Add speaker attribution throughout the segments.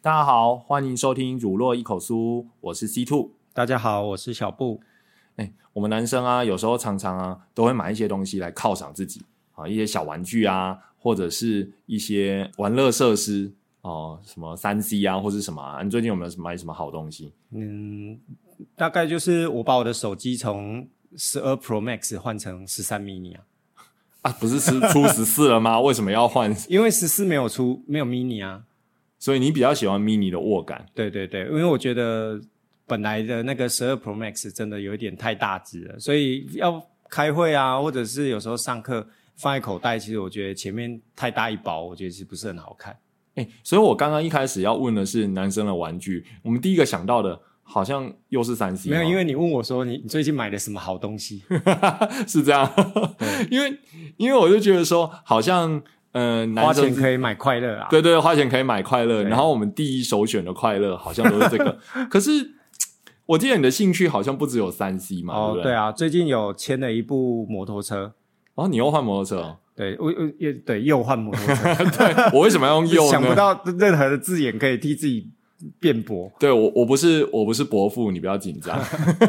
Speaker 1: 大家好，欢迎收听《乳酪一口酥》，我是 C Two。
Speaker 2: 大家好，我是小布。
Speaker 1: 哎、我们男生啊，有时候常常啊，都会买一些东西来犒赏自己啊，一些小玩具啊，或者是一些玩乐设施哦、什么三 C 啊，或是什么、啊。你最近有没有买什么好东西？
Speaker 2: 嗯，大概就是我把我的手机从十二 Pro Max 换成十三 mini 啊，
Speaker 1: 啊，不是 十出十四了吗？为什么要换？
Speaker 2: 因为十四没有出，没有 mini 啊。
Speaker 1: 所以你比较喜欢 mini 的握感
Speaker 2: 对对对，因为我觉得本来的那个十二 Pro Max 真的有一点太大只了，所以要开会啊，或者是有时候上课放在口袋，其实我觉得前面太大一包，我觉得其实不是很好看。
Speaker 1: 哎、所以我刚刚一开始要问的是男生的玩具，我们第一个想到的好像又是三 C，啊
Speaker 2: 没有，因为你问我说你你最近买了什么好东西？
Speaker 1: 是这样，因为因为我就觉得说好像呃
Speaker 2: 花
Speaker 1: 男生
Speaker 2: 钱可以买快乐啊。
Speaker 1: 对对，花钱可以买快乐。
Speaker 2: 对
Speaker 1: 然后我们第一首选的快乐好像都是这 个。可是我记得你的兴趣好像不只有三 C 嘛，
Speaker 2: 哦
Speaker 1: 对，不
Speaker 2: 对
Speaker 1: 对？
Speaker 2: 啊，最近有签了一部摩托车，
Speaker 1: 哦，你又换摩托车哦，
Speaker 2: 对，我我也对，又换摩托车，
Speaker 1: 我为什么要用右呢？。
Speaker 2: 想不到任何的字眼可以替自己辩驳
Speaker 1: 对我，我不是我不是伯父，你不要紧张。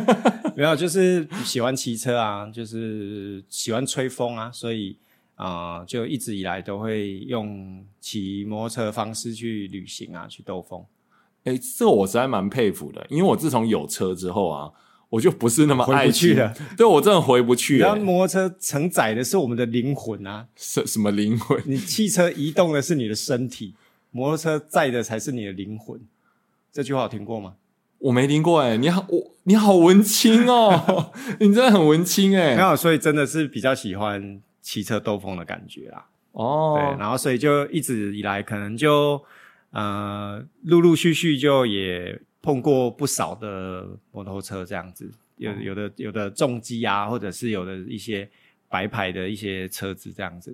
Speaker 2: 没有，就是喜欢骑车啊，就是喜欢吹风啊，所以啊、呃就一直以来都会用骑摩托车的方式去旅行啊，去兜风。
Speaker 1: 哎，这我实在蛮佩服的，因为我自从有车之后啊，我就不是那么
Speaker 2: 回
Speaker 1: 爱
Speaker 2: 不
Speaker 1: 骑
Speaker 2: 去了，
Speaker 1: 对我真的回不去
Speaker 2: 然后
Speaker 1: 了。
Speaker 2: 摩托车承载的是我们的灵魂啊，
Speaker 1: 什什么灵魂？
Speaker 2: 你汽车移动的是你的身体，摩托车载的才是你的灵魂。这句话有听过吗？
Speaker 1: 我没听过哎、你好，我你好文青 哦，你真的很文青哎、
Speaker 2: 没有，所以真的是比较喜欢骑车兜风的感觉啦。对，
Speaker 1: 哦，
Speaker 2: 然后所以就一直以来可能就呃陆陆续续就也碰过不少的摩托车这样子，
Speaker 1: 哦
Speaker 2: 有有的有的重机啊，或者是有的一些白牌的一些车子 这样子。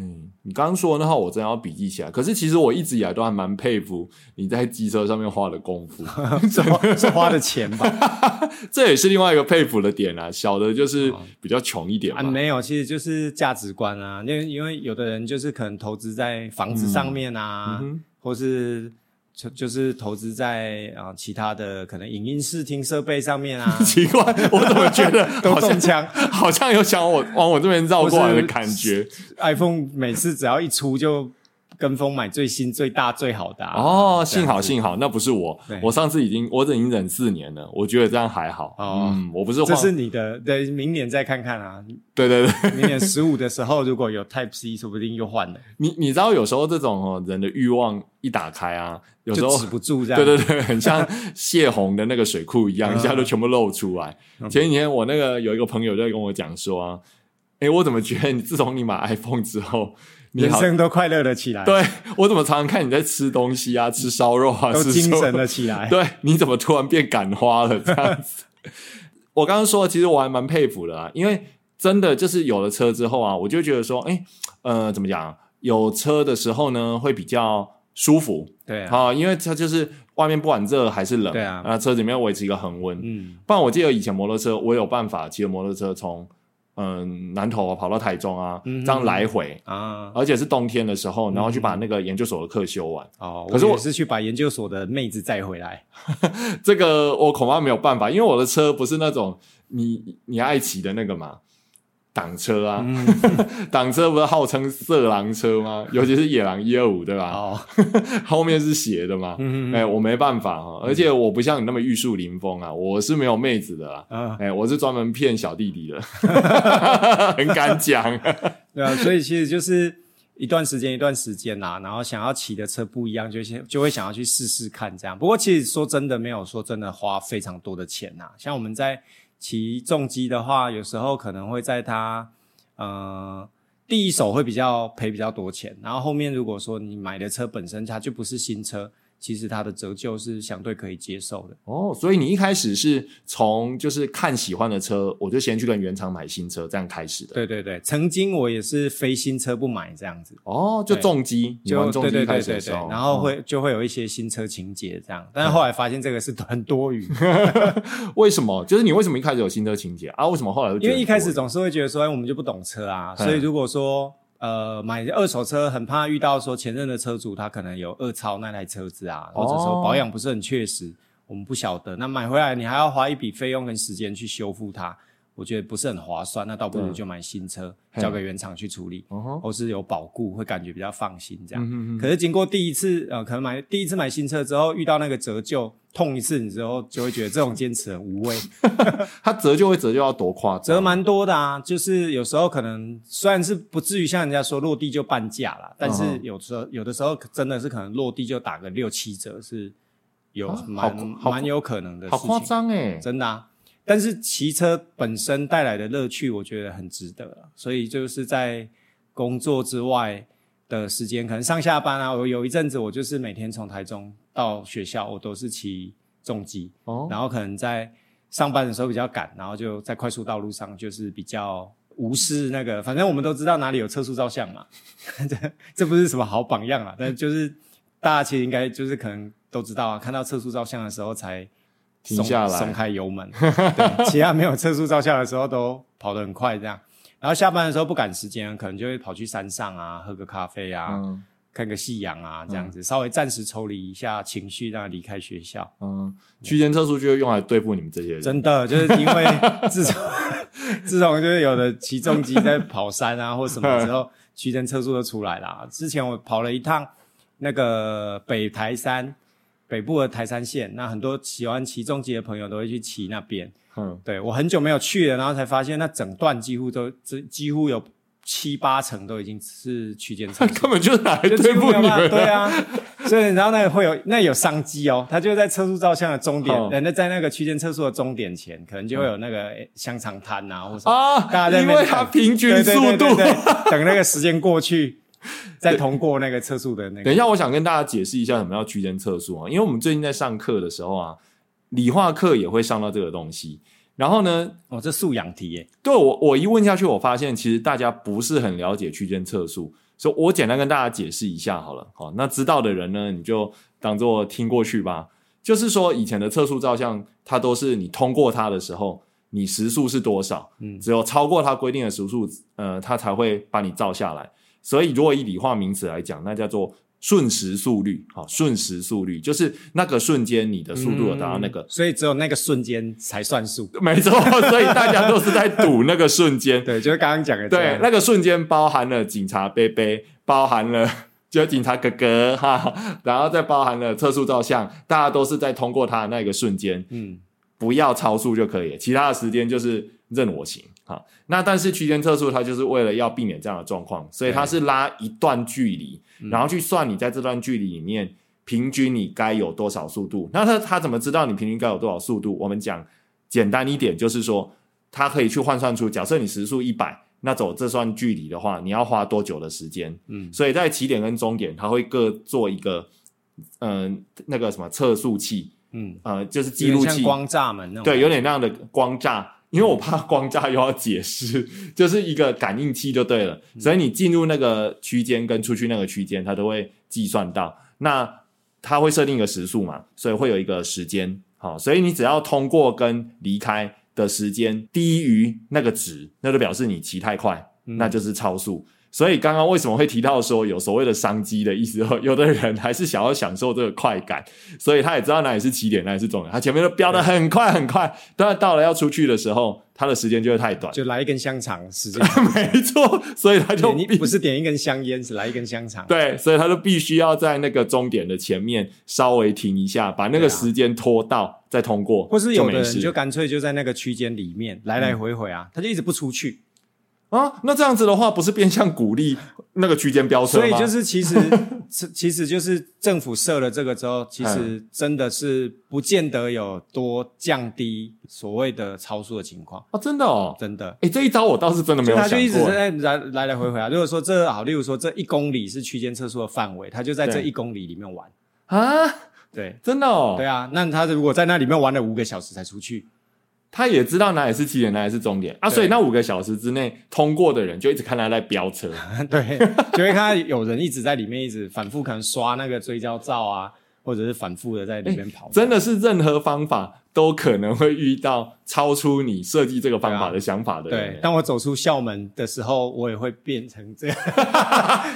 Speaker 1: 嗯，你刚刚说的那话，我真的要笔记起来。可是其实我一直以来都还蛮佩服你在机车上面花的功夫，
Speaker 2: 是花是花的钱吧？
Speaker 1: 这也是另外一个佩服的点啊。小的就是比较穷一点
Speaker 2: 哦啊，
Speaker 1: 嘛，
Speaker 2: 没有，其实就是价值观啊，因为因为有的人就是可能投资在房子上面啊，
Speaker 1: 嗯，
Speaker 2: 或是就就是投资在啊、呃其他的可能影音视听设备上面啊
Speaker 1: 奇怪，我怎么觉得
Speaker 2: 都
Speaker 1: 好像
Speaker 2: 中枪。
Speaker 1: 好像有想我往我这边绕过来的感觉？
Speaker 2: iPhone 每次只要一出就跟风买最新、最大、最好的、啊。
Speaker 1: 哦，幸好幸好，那不是我
Speaker 2: 对，
Speaker 1: 我上次已经我已经忍四年了，我觉得这样还好。
Speaker 2: 哦
Speaker 1: 嗯，我不是
Speaker 2: 这
Speaker 1: 换，
Speaker 2: 是你的，对，明年再看看啊。
Speaker 1: 对对对，
Speaker 2: 明年十五的时候，如果有 Type C，说不定又换了，
Speaker 1: 你你知道有时候这种哦人的欲望一打开啊，有时
Speaker 2: 就
Speaker 1: 候
Speaker 2: 止不住这样。
Speaker 1: 对对对，很像泄洪的那个水库一
Speaker 2: 嗯
Speaker 1: 样，一下都全部露出来。前几天我那个有一个朋友就在跟我讲说啊，哎，我怎么觉得你自从你买 iPhone 之后，你
Speaker 2: 人
Speaker 1: 好，
Speaker 2: 生都快乐了起来，
Speaker 1: 对我怎么常常看你在吃东西啊，吃烧肉啊，
Speaker 2: 都
Speaker 1: 吃
Speaker 2: 精
Speaker 1: 什
Speaker 2: 神
Speaker 1: 么
Speaker 2: 了起来。
Speaker 1: 哎对你怎么突然变感花了这样子？ 我刚刚说，其实我还蛮佩服的啊，因为真的就是有了车之后啊，我就觉得说，哎，呃，怎么讲？有车的时候呢，会比较舒服，
Speaker 2: 对啊，
Speaker 1: 啊，因为它就是外面不管热还是冷，
Speaker 2: 对啊
Speaker 1: 那车子里面维持一个恒温。
Speaker 2: 嗯，
Speaker 1: 不然我记得以前摩托车，我有办法骑着摩托车从嗯南投啊跑到台中啊，
Speaker 2: 嗯哼嗯
Speaker 1: 这样来回，
Speaker 2: 啊，
Speaker 1: 而且是冬天的时候，然后去把那个研究所的课修完。
Speaker 2: 哦，
Speaker 1: 可是我
Speaker 2: 也是去把研究所的妹子载回来。
Speaker 1: 这个我恐怕没有办法，因为我的车不是那种你你爱骑的那个嘛。挡车啊，
Speaker 2: 嗯
Speaker 1: 挡车不是号称色狼车吗？尤其是野狼一二五，对吧？
Speaker 2: 哦，
Speaker 1: 后面是斜的嘛，哎、
Speaker 2: 嗯
Speaker 1: 我没办法哈，而且我不像你那么玉树临风啊，我是没有妹子的啦，
Speaker 2: 啊，
Speaker 1: 哎、我是专门骗小弟 弟的，很敢讲，
Speaker 2: 对啊，所以其实就是一段时间一段时间啦、然后想要骑的车不一样，就先就会想要去试试看这样。不过其实说真的，没有说真的花非常多的钱呐、像我们在骑重机的话，有时候可能会在它呃第一手会比较赔比较多钱，然后后面如果说你买的车本身它就不是新车，其实它的折旧是相对可以接受的。
Speaker 1: 哦，所以你一开始是从就是看喜欢的车，我就先去跟原厂买新车，这样开始的。
Speaker 2: 对对对，曾经我也是非新车不买这样子，
Speaker 1: 哦，就
Speaker 2: 对
Speaker 1: 重机，你
Speaker 2: 就
Speaker 1: 玩
Speaker 2: 对
Speaker 1: 重
Speaker 2: 对
Speaker 1: 机
Speaker 2: 对
Speaker 1: 开始
Speaker 2: 对
Speaker 1: 的时
Speaker 2: 对，
Speaker 1: 候，
Speaker 2: 然
Speaker 1: 嗯
Speaker 2: 后会就会有一些新车情节这样，但是后来发现这个是很多余，
Speaker 1: 为什么？就是你为什么一开始有新车情节啊？为什么后来就觉
Speaker 2: 因
Speaker 1: 得
Speaker 2: 为一开始
Speaker 1: 很多
Speaker 2: 总是会觉得说，哎，我们就不懂车啊，
Speaker 1: 嗯
Speaker 2: 所以如果说呃买二手车，很怕遇到说前任的车主他可能有二超那台车子啊，
Speaker 1: 哦
Speaker 2: 或者说保养不是很确实，我们不晓得，那买回来你还要花一笔费用跟时间去修复它，我觉得不是很划算，那倒不如
Speaker 1: 对
Speaker 2: 就买新车，
Speaker 1: 嗯
Speaker 2: 交给原厂去处理，
Speaker 1: 嗯哼
Speaker 2: 或是有保固，会感觉比较放心这
Speaker 1: 嗯
Speaker 2: 样。
Speaker 1: 哼嗯哼
Speaker 2: 可是经过第一次，呃，可能买第一次买新车之后，遇到那个折旧痛一次，你之后就会觉得这种坚持很无味。
Speaker 1: 它折旧会折旧到多夸张？
Speaker 2: 折蛮多的啊，就是有时候可能虽然是不至于像人家说落地就半价啦，但是
Speaker 1: 嗯
Speaker 2: 有时候有的时候真的是可能落地就打个六七折，是有
Speaker 1: 啊
Speaker 2: 蛮
Speaker 1: 好好
Speaker 2: 蛮有可能的事
Speaker 1: 好
Speaker 2: 情，
Speaker 1: 夸张哎！
Speaker 2: 真的啊。但是骑车本身带来的乐趣，我觉得很值得啊，所以就是在工作之外的时间，可能上下班啊，我有一阵子我就是每天从台中到学校，我都是骑重机，
Speaker 1: 哦，
Speaker 2: 然后可能在上班的时候比较赶，然后就在快速道路上就是比较无视那个，反正我们都知道哪里有测速照相嘛， 这这不是什么好榜样啊，但就是大家其实应该就是可能都知道啊，看到测速照相的时候才
Speaker 1: 停
Speaker 2: 松
Speaker 1: 下来
Speaker 2: 松开 油门，对，其他没有测速照相的时候都跑得很快这样。然后下班的时候不赶时间，可能就会跑去山上啊，喝个咖啡啊，
Speaker 1: 嗯
Speaker 2: 看个夕阳啊，这样子、稍微暂时抽离一下情绪，让他离开学校。
Speaker 1: 嗯，区间测速就会用来对付你们这些人。
Speaker 2: 真的，就是因为自从自从就是有的起重机在跑山啊或什么之后，区间测速就出来啦。之前我跑了一趟那个北台山。北部的台山县，那很多喜欢骑重机的朋友都会去骑那边。
Speaker 1: 嗯，
Speaker 2: 对我很久没有去了，然后才发现那整段几乎都，这几乎有七八成都已经是区间测
Speaker 1: 他
Speaker 2: 速。
Speaker 1: 根本就是拿来
Speaker 2: 就
Speaker 1: 对
Speaker 2: 进
Speaker 1: 付
Speaker 2: 不了
Speaker 1: 你
Speaker 2: 嘛
Speaker 1: 们。
Speaker 2: 对，啊， 所以然后那个会有那有商机哦，他就在测速照相的终点
Speaker 1: 哦，
Speaker 2: 人家在那个区间测速的终点前，可能就会有那个诶香肠摊啊，或什么大家
Speaker 1: 啊，
Speaker 2: 在那
Speaker 1: 因
Speaker 2: 边
Speaker 1: 为它
Speaker 2: 看
Speaker 1: 平均速
Speaker 2: 对对对
Speaker 1: 度
Speaker 2: 对。对等那个时间 过去，再通过那个测速的那
Speaker 1: 等
Speaker 2: 个
Speaker 1: 一下，我想跟大家解释一下什么叫区间测速啊，因为我们最近在上课的时候啊，理化课也会上到这个东西。然后呢，
Speaker 2: 哦，这素养题耶，
Speaker 1: 对我我一问下去，我发现其实大家不是很了解区间测速，所以我简单跟大家解释一下好了。好，那知道的人呢，你就当做听过去吧。就是说，以前的测速照相，它都是你通过它的时候，你时速是多少，
Speaker 2: 嗯
Speaker 1: 只有超过它规定的时速，呃，它才会把你照下来。所以，如果以理化名词来讲，那叫做瞬时速率。好，瞬时速率就是那个瞬间你的速度有达到那个
Speaker 2: 嗯所以只有那个瞬间才算数。
Speaker 1: 没错，所以大家都是在赌那个瞬间。
Speaker 2: 对，就是刚刚讲的这
Speaker 1: 对
Speaker 2: 样，，
Speaker 1: 那个瞬间包含了警察贝贝，包含了 就警察哥哥哈，然后再包含了测速照相，大家都是在通过他的那个瞬间，
Speaker 2: 嗯，
Speaker 1: 不要超速就可以了，其他的时间就是任我行哈。那但是区间测速它就是为了要避免这样的状况，所以它是拉一段距离，
Speaker 2: 嗯
Speaker 1: 然后去算你在这段距离里面平均你该有多少速度。那它它怎么知道你平均该有多少速度？我们讲简单一点，就是说它可以去换算出，假设你时速一百。那走这段距离的话，你要花多久的时间？
Speaker 2: 嗯
Speaker 1: 所以在起点跟终点，它会各做一个，嗯、那个什么测速器，
Speaker 2: 嗯，
Speaker 1: 呃，就是
Speaker 2: 有
Speaker 1: 记
Speaker 2: 点
Speaker 1: 录
Speaker 2: 像
Speaker 1: 器，
Speaker 2: 光栅门那种。嗯
Speaker 1: 对，有点那样的光栅，因为我怕光栅又要解释，就是一个感应器就对了。
Speaker 2: 嗯
Speaker 1: 所以你进入那个区间跟出去那个区间，它都会计算到。那它会设定一个时速嘛，所以会有一个时间。好，所以你只要通过跟离开的时间低于那个值，那就表示你骑太快，
Speaker 2: 嗯
Speaker 1: 那就是超速。所以刚刚为什么会提到说有所谓的商机的意思？ 有的人还是想要享受这个快感，所以他也知道哪里是起点，哪里是终点。他前面都飙得很快很快，但到了要出去的时候，他的时间就会太短。
Speaker 2: 就来一根香肠，时间
Speaker 1: 没错，所以他 就
Speaker 2: 点一
Speaker 1: 必
Speaker 2: 不是点一根香烟，是来一根香肠。
Speaker 1: 对，所以他就必须要在那个终点的前面稍微停一下，把那
Speaker 2: 对啊
Speaker 1: 个时间拖到，再通过，
Speaker 2: 或是有的
Speaker 1: 没
Speaker 2: 人
Speaker 1: 事嗯
Speaker 2: 就干脆就在那个区间里面来来回回啊，他就一直不出去，
Speaker 1: 啊，那这样子的话，不是变相鼓励那个区间飙车吗？
Speaker 2: 所以就是 其实其其实就是政府设了这个之后，其实
Speaker 1: 嗯
Speaker 2: 真的是不见得有多降低所谓的超速的情况，
Speaker 1: 啊，真的哦，
Speaker 2: 真的。
Speaker 1: 哎，这一招我倒是真的没
Speaker 2: 就
Speaker 1: 有
Speaker 2: 他
Speaker 1: 想
Speaker 2: 就一直
Speaker 1: 过。
Speaker 2: 在来来来回回啊。如果说这好，例如说这一公里是区间测速的范围，他就在这
Speaker 1: 对
Speaker 2: 一公里里面玩。
Speaker 1: 啊，
Speaker 2: 对，
Speaker 1: 真的哦，
Speaker 2: 对啊，那他如果在那里面玩了五个小时才出去，
Speaker 1: 他也知道哪里是起点，哪里是终点啊，
Speaker 2: 对
Speaker 1: 所以那五个小时之内通过的人就一直看他在飙 车，
Speaker 2: 对，就会看到有人一直在里面一直反复可能刷那个追焦照啊，或者是反复的在里面跑，
Speaker 1: 哎真的是任何方法都可能会遇到超出你设计这个方
Speaker 2: 对
Speaker 1: 法
Speaker 2: 啊
Speaker 1: 的想法的人
Speaker 2: 对，。当我走出校门的时候，我也会变成 这样，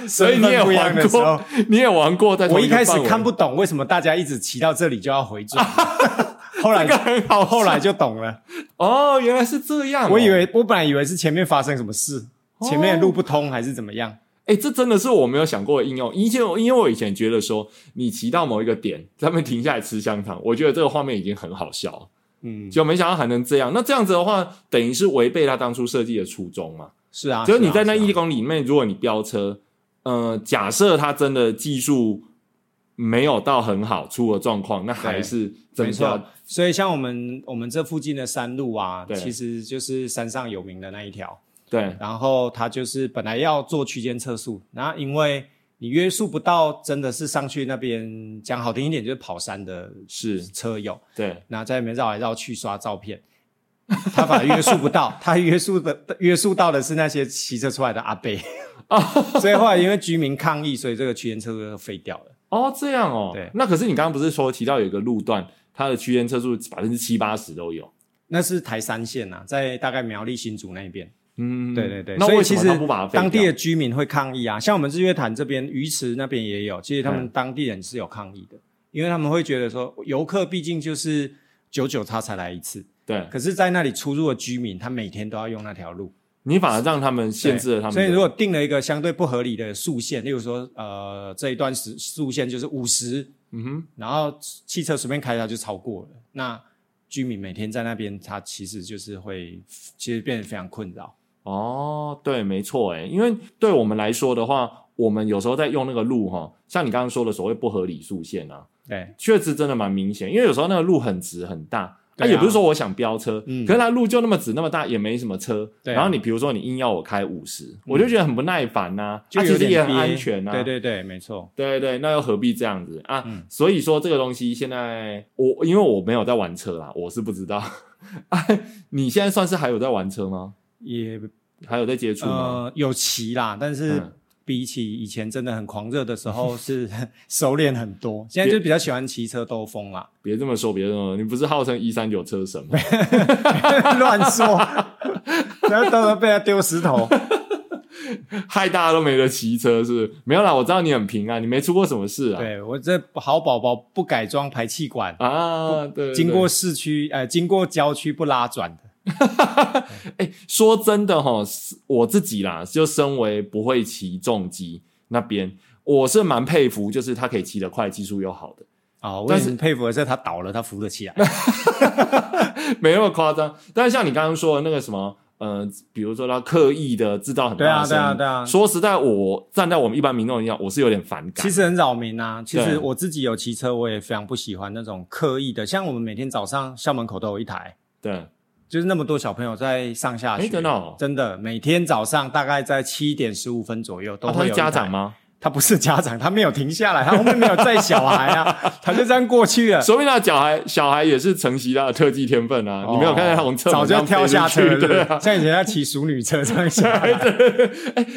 Speaker 1: 所以你也
Speaker 2: 身份不一样
Speaker 1: 玩
Speaker 2: 的时候
Speaker 1: 过，，你也玩过，在同
Speaker 2: 我一
Speaker 1: 个
Speaker 2: 开始
Speaker 1: 范围
Speaker 2: 看不懂为什么大家一直骑到这里就要回 转，后来
Speaker 1: 这个很好笑，
Speaker 2: 后来就懂 了。
Speaker 1: 哦，原来是这样哦、
Speaker 2: 我以为我本来以为是前面发生什么事，
Speaker 1: 哦
Speaker 2: 前面的路不通还是怎么样，
Speaker 1: 哎、这真的是我没有想过的应用。以前，因为我以前觉得说，你骑到某一个点，咱们停下来吃香肠，我觉得这个画面已经很好笑了，
Speaker 2: 嗯，
Speaker 1: 就没想到还能这样。那这样子的话，等于是违背他当初设计的初衷嘛。
Speaker 2: 是啊，
Speaker 1: 就是你在那
Speaker 2: 是啊
Speaker 1: 一公里内，如果你飙车，呃，假设他真的技术没有到很好，出了状况，那还是
Speaker 2: 没
Speaker 1: 增
Speaker 2: 错
Speaker 1: 加。，
Speaker 2: 所以像我们我们这附近的山路啊，
Speaker 1: 对
Speaker 2: 其实就是山上有名的那一条。
Speaker 1: 对
Speaker 2: 然后它就是本来要做区间测速，然后因为你约束不到，真的是上去那边讲好听一点就是跑山的
Speaker 1: 是，
Speaker 2: 车友，
Speaker 1: 对，
Speaker 2: 然后在里面绕来绕去刷照片，他把约束不 到，他约束的约束到的是那些骑车出来的阿 伯，所以后来因为居民抗议，所以这个区间测速就废掉了。
Speaker 1: 哦，这样哦，
Speaker 2: 对
Speaker 1: 那可是你刚刚不是说提到有一个路段，它的区间车速百分之七八十都有。
Speaker 2: 那是台三线呐、啊，在大概苗栗新竹那一边。
Speaker 1: 嗯，
Speaker 2: 对对对，
Speaker 1: 那
Speaker 2: 所以
Speaker 1: 为
Speaker 2: 其
Speaker 1: 什么
Speaker 2: 实
Speaker 1: 他不把它废
Speaker 2: 当地
Speaker 1: 掉
Speaker 2: 的居民会抗议啊，像我们日月潭这边鱼池那边也有，其实他们当地人是有抗议的，因为他们会觉得说，游客毕竟就是久久他才来一次，
Speaker 1: 对
Speaker 2: 可是，在那里出入的居民，他每天都要用那条路，
Speaker 1: 你反而让他们限制了他们的。
Speaker 2: 所以如果定了一个相对不合理的速限，例如说，呃，这一段时速限就是五十，
Speaker 1: 嗯哼，
Speaker 2: 然后汽车随便开一下就超过了，那居民每天在那边，他其实就是会，其实变得非常困扰。
Speaker 1: 哦，对，没错，哎，因为对我们来说的话，我们有时候在用那个路哈，像你刚刚说的所谓不合理速限啊，
Speaker 2: 对，
Speaker 1: 确实真的蛮明显，因为有时候那个路很直很大。那、
Speaker 2: 对啊
Speaker 1: 也不是说我想飙车，
Speaker 2: 嗯
Speaker 1: 可是它路就那么直那么大，也没什么车。
Speaker 2: 对啊嗯
Speaker 1: 然后你比如说你硬要我开五十、我就觉得很不耐烦呐、啊，
Speaker 2: 就
Speaker 1: 其
Speaker 2: 有
Speaker 1: 实
Speaker 2: 点
Speaker 1: 也很
Speaker 2: 憋
Speaker 1: 安全呐、啊。
Speaker 2: 对对对，没错。
Speaker 1: 对对，那又何必这样子啊？
Speaker 2: 嗯
Speaker 1: 所以说这个东西现在我因为我没有在玩车啦，我是不知道。 啊、你现在算是还有在玩车吗？
Speaker 2: 也
Speaker 1: 还有在接触吗？
Speaker 2: 呃有骑啦，但是
Speaker 1: 嗯
Speaker 2: 比起以前真的很狂热的时候 是收敛很多，现在就比较喜欢骑车兜风啦，
Speaker 1: 别这么说，别这么说，你不是号称一三九车神吗？
Speaker 2: 乱说， 然后到时候被他丢石头。
Speaker 1: 害大家都没得骑车是不是？没有啦，我知道你很平安，你没出过什么事啊。
Speaker 2: 对我这好宝宝不改装排气管，
Speaker 1: 啊，对对
Speaker 2: 经过市区呃经过郊区不拉转的，
Speaker 1: 哎、说真的哈，是我自己啦，就身为不会骑重机那边，我是蛮佩服，就是他可以骑得快，技术又好的。
Speaker 2: 啊，我
Speaker 1: 但
Speaker 2: 也
Speaker 1: 是
Speaker 2: 很佩服的是他倒了，他扶得起来。
Speaker 1: 没那么夸张。但是像你刚刚说的那个什么，呃，比如说他刻意的制造很
Speaker 2: 对
Speaker 1: 大
Speaker 2: 啊，
Speaker 1: 的
Speaker 2: 对
Speaker 1: 声音，
Speaker 2: 啊，对啊。
Speaker 1: 说实在，我站在我们一般民众一样，我是有点反感。
Speaker 2: 其实很扰民啊。其
Speaker 1: 对
Speaker 2: 实我自己有骑车，我也非常不喜欢那种刻意的。像我们每天早上校门口都有一台，
Speaker 1: 对，
Speaker 2: 就是那么多小朋友在上下学，
Speaker 1: 哎，真的、哦，
Speaker 2: 真的每天早上大概在七点十五分左右都
Speaker 1: 啊、
Speaker 2: 会、
Speaker 1: 他是家长？吗？
Speaker 2: 他不是家长，他没有停下来，他后面没有载小孩啊， 他就这样过去了。
Speaker 1: 说明那小孩小孩也是承袭他的特技天分啊！你没有看见他从
Speaker 2: 哦
Speaker 1: 侧
Speaker 2: 早
Speaker 1: 门这
Speaker 2: 就
Speaker 1: 样
Speaker 2: 跳下车
Speaker 1: 飞出
Speaker 2: 了，
Speaker 1: 去
Speaker 2: 是 不
Speaker 1: 对
Speaker 2: 是
Speaker 1: 啊，
Speaker 2: 像以前要骑熟女车这样下 来，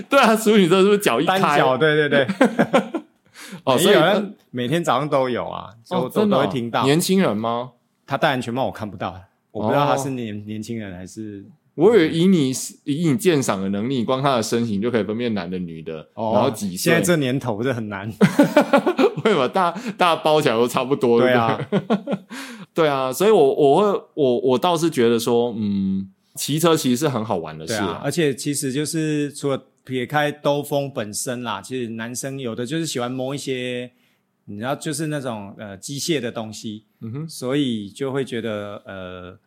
Speaker 1: 对啊，淑女这是不是脚一
Speaker 2: 单
Speaker 1: 开
Speaker 2: 脚，对对对，
Speaker 1: 哦？所
Speaker 2: 没
Speaker 1: 以
Speaker 2: 有，那每天早上都有啊，所以我
Speaker 1: 哦，
Speaker 2: 都
Speaker 1: 真的
Speaker 2: 都
Speaker 1: 哦
Speaker 2: 会听到。
Speaker 1: 年轻人吗？
Speaker 2: 他戴安全帽我看不到，我不知
Speaker 1: 哦
Speaker 2: 道他是年年轻人还是
Speaker 1: 我以为以你以你鉴赏的能力，光他的身形就可以分辨男的女的，然后几岁
Speaker 2: 哦现在，这年头这很难。
Speaker 1: 为什么大大家包起来都差不多？
Speaker 2: 对
Speaker 1: 不
Speaker 2: 啊，
Speaker 1: 对 啊，所以我我会我我倒是觉得说，嗯，骑车其实是很好玩的事
Speaker 2: 对啊，而且其实就是除了撇开兜风本身啦，其实男生有的就是喜欢摸一些，你知道，就是那种呃机械的东西，
Speaker 1: 嗯哼，
Speaker 2: 所以就会觉得呃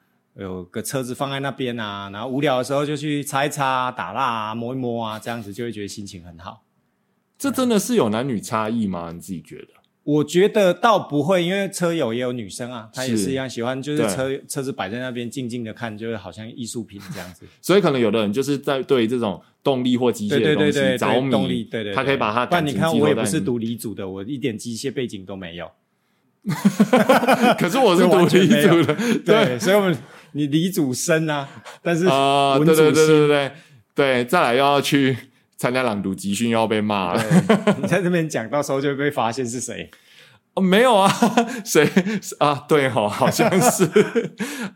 Speaker 2: 有个车子放在那边啊，然后无聊的时候就去擦一擦啊、打蜡啊、摸一摸啊，这样子就会觉得心情很好。
Speaker 1: 这真的是有男女差异吗？你自己觉得？
Speaker 2: 我觉得倒不会，因为车友也有女生啊，她也
Speaker 1: 是
Speaker 2: 是一样喜欢，就是
Speaker 1: 对
Speaker 2: 车车子摆在那边静静的看，就是好像艺术品这样子。
Speaker 1: 所以可能有的人就是在对这种动力或机械
Speaker 2: 对
Speaker 1: 的
Speaker 2: 对
Speaker 1: 东
Speaker 2: 对对，
Speaker 1: 西着迷，
Speaker 2: 动力，对对，
Speaker 1: 他可以把他
Speaker 2: 但
Speaker 1: 感
Speaker 2: 你
Speaker 1: 情
Speaker 2: 看，
Speaker 1: 寄
Speaker 2: 我
Speaker 1: 托
Speaker 2: 也
Speaker 1: 在
Speaker 2: 不是
Speaker 1: 你
Speaker 2: 读理组的，我一点机械背景都 没有。
Speaker 1: 可是我是
Speaker 2: 这
Speaker 1: 独
Speaker 2: 完全
Speaker 1: 立
Speaker 2: 没有
Speaker 1: 组的，
Speaker 2: 对，所以我们你理组生啊，但是
Speaker 1: 啊，
Speaker 2: 文
Speaker 1: 对对
Speaker 2: 组
Speaker 1: 对
Speaker 2: 系
Speaker 1: 对对对，再来又要去参加朗读集训，又要被骂 了。
Speaker 2: 对你在这边讲，到时候就会被发现 是谁。
Speaker 1: 哦，没有啊， 谁啊？对哦，好像 是。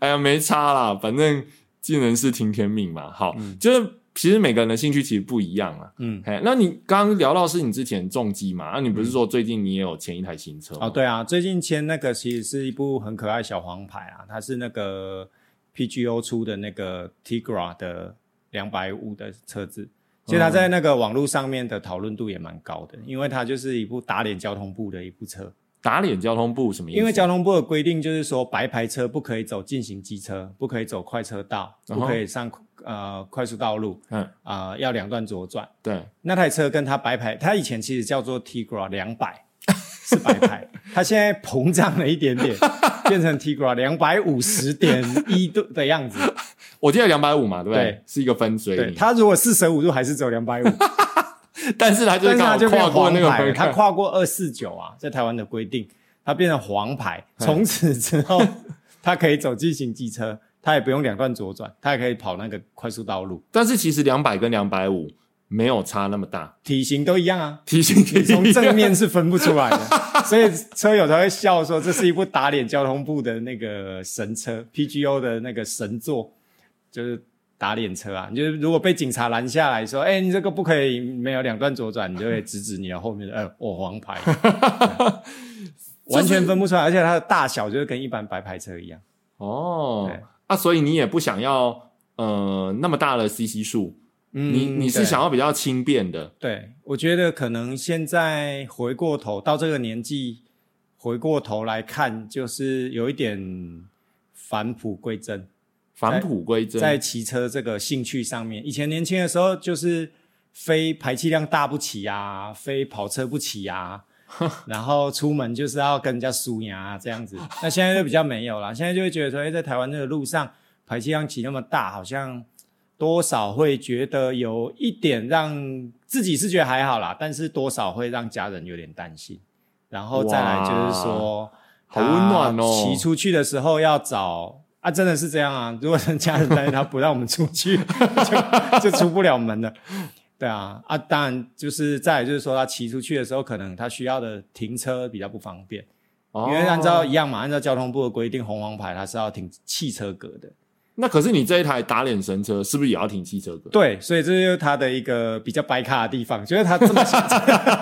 Speaker 1: 哎呀，没差啦，反正技能是听天命嘛。好，就是其实每个人的兴趣其实不一样啊。
Speaker 2: 嗯，
Speaker 1: 哎，那你刚刚聊到是你之前重机嘛？那、你不是说最近你也有前一台新车吗
Speaker 2: 哦，，对啊，最近签那个其实是一部很可爱的小黄牌啊，它是那个 PGO 出的那个 Tigra 的两百五的车子。其实
Speaker 1: 嗯
Speaker 2: 它在那个网络上面的讨论度也蛮高的，因为它就是一部打脸交通部的一部车。
Speaker 1: 打脸交通部什么意思？
Speaker 2: 因为交通部的规定就是说，白牌车不可以走进行机车，不可以走快车道，
Speaker 1: 嗯哼
Speaker 2: 不可以上呃快速道路，
Speaker 1: 嗯
Speaker 2: 啊、要两段左转。
Speaker 1: 对
Speaker 2: 那台车跟它白牌，它以前其实叫做 Tigra 两 百，是白牌，它现在膨胀了一点 点，变成 Tigra 两百五十点一度的样子。
Speaker 1: 我记得两百五嘛，对不对？
Speaker 2: 对
Speaker 1: 是一个分水
Speaker 2: 对，
Speaker 1: 岭，
Speaker 2: 它如果四舍五入还是只有两百五，
Speaker 1: 但是他就
Speaker 2: 但
Speaker 1: 是
Speaker 2: 是它
Speaker 1: 刚
Speaker 2: 就
Speaker 1: 好
Speaker 2: 变
Speaker 1: 跨过
Speaker 2: 黄
Speaker 1: 那个
Speaker 2: 牌了，
Speaker 1: 门
Speaker 2: 它
Speaker 1: 槛。
Speaker 2: 跨过二四九啊，在台湾的规定，它变成黄牌，
Speaker 1: 嗯
Speaker 2: 从此之后 它可以走进行机车，它也不用两段左转，它也可以跑那个快速道路，
Speaker 1: 但是其实两百跟两百五没有差那么大，
Speaker 2: 体型都一 样啊。
Speaker 1: 提醒
Speaker 2: 你
Speaker 1: 你
Speaker 2: 从 正面是分不出来的，所以车友才会笑说这是一部打脸交通部的那个神车，PGO 的那个神作，就是打脸车啊！你就是如果被警察拦下来说，哎、你这个不可以没有两段左转，你就会指指你的后面的，哎、我、黄牌，完全分不出来，而且它的大小就是跟一般白牌车一样，
Speaker 1: 哦
Speaker 2: 对，
Speaker 1: 啊，所以你也不想要呃那么大的 CC 数，
Speaker 2: 嗯
Speaker 1: 你你是
Speaker 2: 对
Speaker 1: 想要比较轻便的，
Speaker 2: 对，我觉得可能现在回过头到这个年纪，回过头来看，就是有一点返璞归真，
Speaker 1: 返璞归真。
Speaker 2: 在骑车这个兴趣上面。以前年轻的时候，就是非排气量大不起啊，非跑车不起啊，然后出门就是要跟人家输赢啊这样子。那现在就比较没有啦，现在就会觉得说，哎、在台湾这个路上排气量起那么大，好像多少会觉得有一点让自己是觉得还好啦，但是多少会让家人有点担心。然后再来就是说，
Speaker 1: 好温暖哦
Speaker 2: 骑出去的时候要找啊，真的是这样啊。如 果人家人担心他不让我们出去， 就 就出不了门了。对啊，啊，当然就是再来就是说，他骑出去的时候，可能他需要的停车比较不方便，
Speaker 1: 哦
Speaker 2: 因为按照一样嘛，按照交通部的规定，红黄牌它是要停汽车格的。
Speaker 1: 那可是你这一台打脸神车是不是也要停汽车格？
Speaker 2: 对，所以这就是他的一个比较白卡的地方，就是他这么想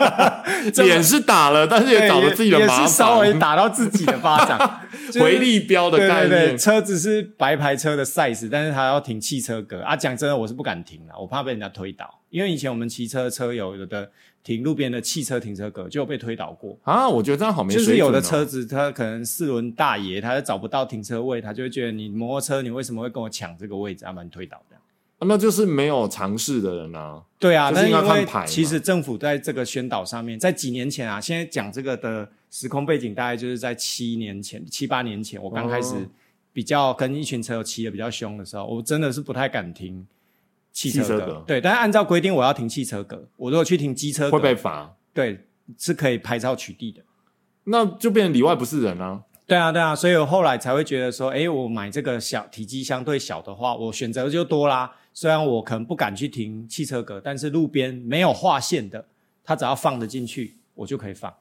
Speaker 2: 这么
Speaker 1: 脸是打了，但是
Speaker 2: 对
Speaker 1: 也找了自己的
Speaker 2: 也
Speaker 1: 麻
Speaker 2: 是稍微
Speaker 1: 烦，
Speaker 2: 打到自己的巴 掌，就是
Speaker 1: 回力标的
Speaker 2: 对
Speaker 1: 概
Speaker 2: 对对，
Speaker 1: 念。
Speaker 2: 车子是白牌车的 size，但是它要停汽车格啊。讲真的，我是不敢停了，我怕被人家推倒。因为以前我们骑车的车友有的停路边的汽车停车格就有被推倒过，
Speaker 1: 啊，我觉得这样好没
Speaker 2: 就
Speaker 1: 水
Speaker 2: 是
Speaker 1: 准、哦。
Speaker 2: 有的车子它可能四轮大爷，他就找不到停车位，他就会觉得你摩托车你为什么会跟我抢这个位置，要把你推倒这样。
Speaker 1: 啊那就是没有尝试的人啊。
Speaker 2: 对啊，
Speaker 1: 就是
Speaker 2: 那
Speaker 1: 因为
Speaker 2: 因
Speaker 1: 要看
Speaker 2: 为
Speaker 1: 牌嘛
Speaker 2: 其实政府在这个宣导上面，在几年前啊，现在讲这个的时空背景大概就是在七年前、七八年前，我刚开始
Speaker 1: 哦
Speaker 2: 比较跟一群车友骑的比较凶的时候，我真的是不太敢停汽
Speaker 1: 汽车
Speaker 2: 车
Speaker 1: 格
Speaker 2: 格。对，但是按照规定，我要停汽车格，我如果去停机车格，
Speaker 1: 会被罚，
Speaker 2: 对是可以拍照取缔的。
Speaker 1: 那就变成里外不是人啊。
Speaker 2: 对啊，对啊，所以我后来才会觉得说，诶，我买这个小体积相对小的话，我选择就多啦。虽然我可能不敢去停汽车格，但是路边没有划线的，它只要放得进去，我就可以放。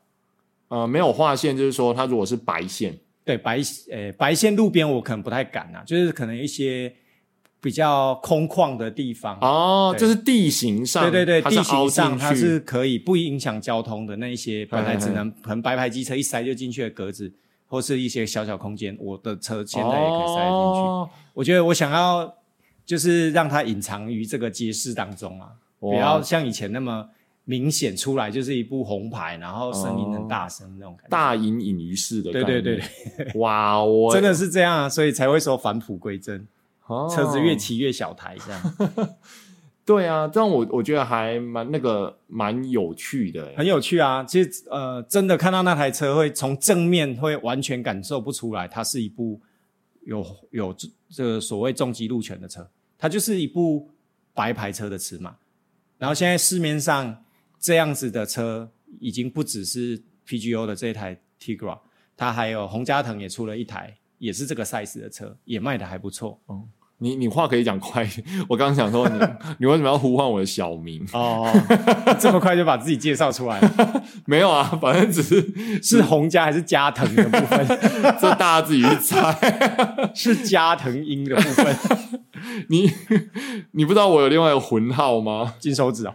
Speaker 1: 呃，没有划线，就是说它如果是白线，
Speaker 2: 对白呃白线路边我可能不太敢啊，就是可能一些比较空旷的地方，
Speaker 1: 哦，
Speaker 2: 对
Speaker 1: 就是地形上，
Speaker 2: 对对对，
Speaker 1: 它
Speaker 2: 地
Speaker 1: 是凹
Speaker 2: 形
Speaker 1: 进
Speaker 2: 上它
Speaker 1: 去嗯
Speaker 2: 是可以不影响交通的那一些，本
Speaker 1: 嘿
Speaker 2: 来
Speaker 1: 嘿
Speaker 2: 只
Speaker 1: 嘿
Speaker 2: 能可能白牌机车一塞就进去的格子，或是一些小小空间，我的车现在也可以塞得进去。
Speaker 1: 哦
Speaker 2: 我觉得我想要就是让它隐藏于这个街市当中啊，
Speaker 1: 哇
Speaker 2: 不要像以前那么明显出来，就是一部红牌，然后声音很大声那种感觉。
Speaker 1: 大隐隐于市的概
Speaker 2: 对
Speaker 1: 念。
Speaker 2: 对对，
Speaker 1: 对，哇，我
Speaker 2: 真的是这样啊，所以才会说返璞归真，
Speaker 1: 哦
Speaker 2: 车子越骑越小台这样。
Speaker 1: 对啊，这样我我觉得还蛮那个蛮有趣的欸、
Speaker 2: 很有趣啊。其实呃，真的看到那台车会从正面会完全感受不出来，它是一部有有这这个所谓重机路权的车，它就是一部白牌车的尺码。然后现在市面上这样子的车已经不只是 PGO 的这一台 Tigra，它还有洪家腾也出了一台，也是这个 size 的车，也卖的还不错。
Speaker 1: 你你话可以讲快一点，我刚刚想说你 你为什么要呼唤我的小名？
Speaker 2: 哦， 这么快就把自己介绍出来了，
Speaker 1: 没有啊，反正只 是
Speaker 2: 是洪家还是加藤的部分？
Speaker 1: 这大家自己去猜。
Speaker 2: 是加藤鹰的部分，
Speaker 1: 你你不知道我有另外一个魂号吗？
Speaker 2: 金手指哦，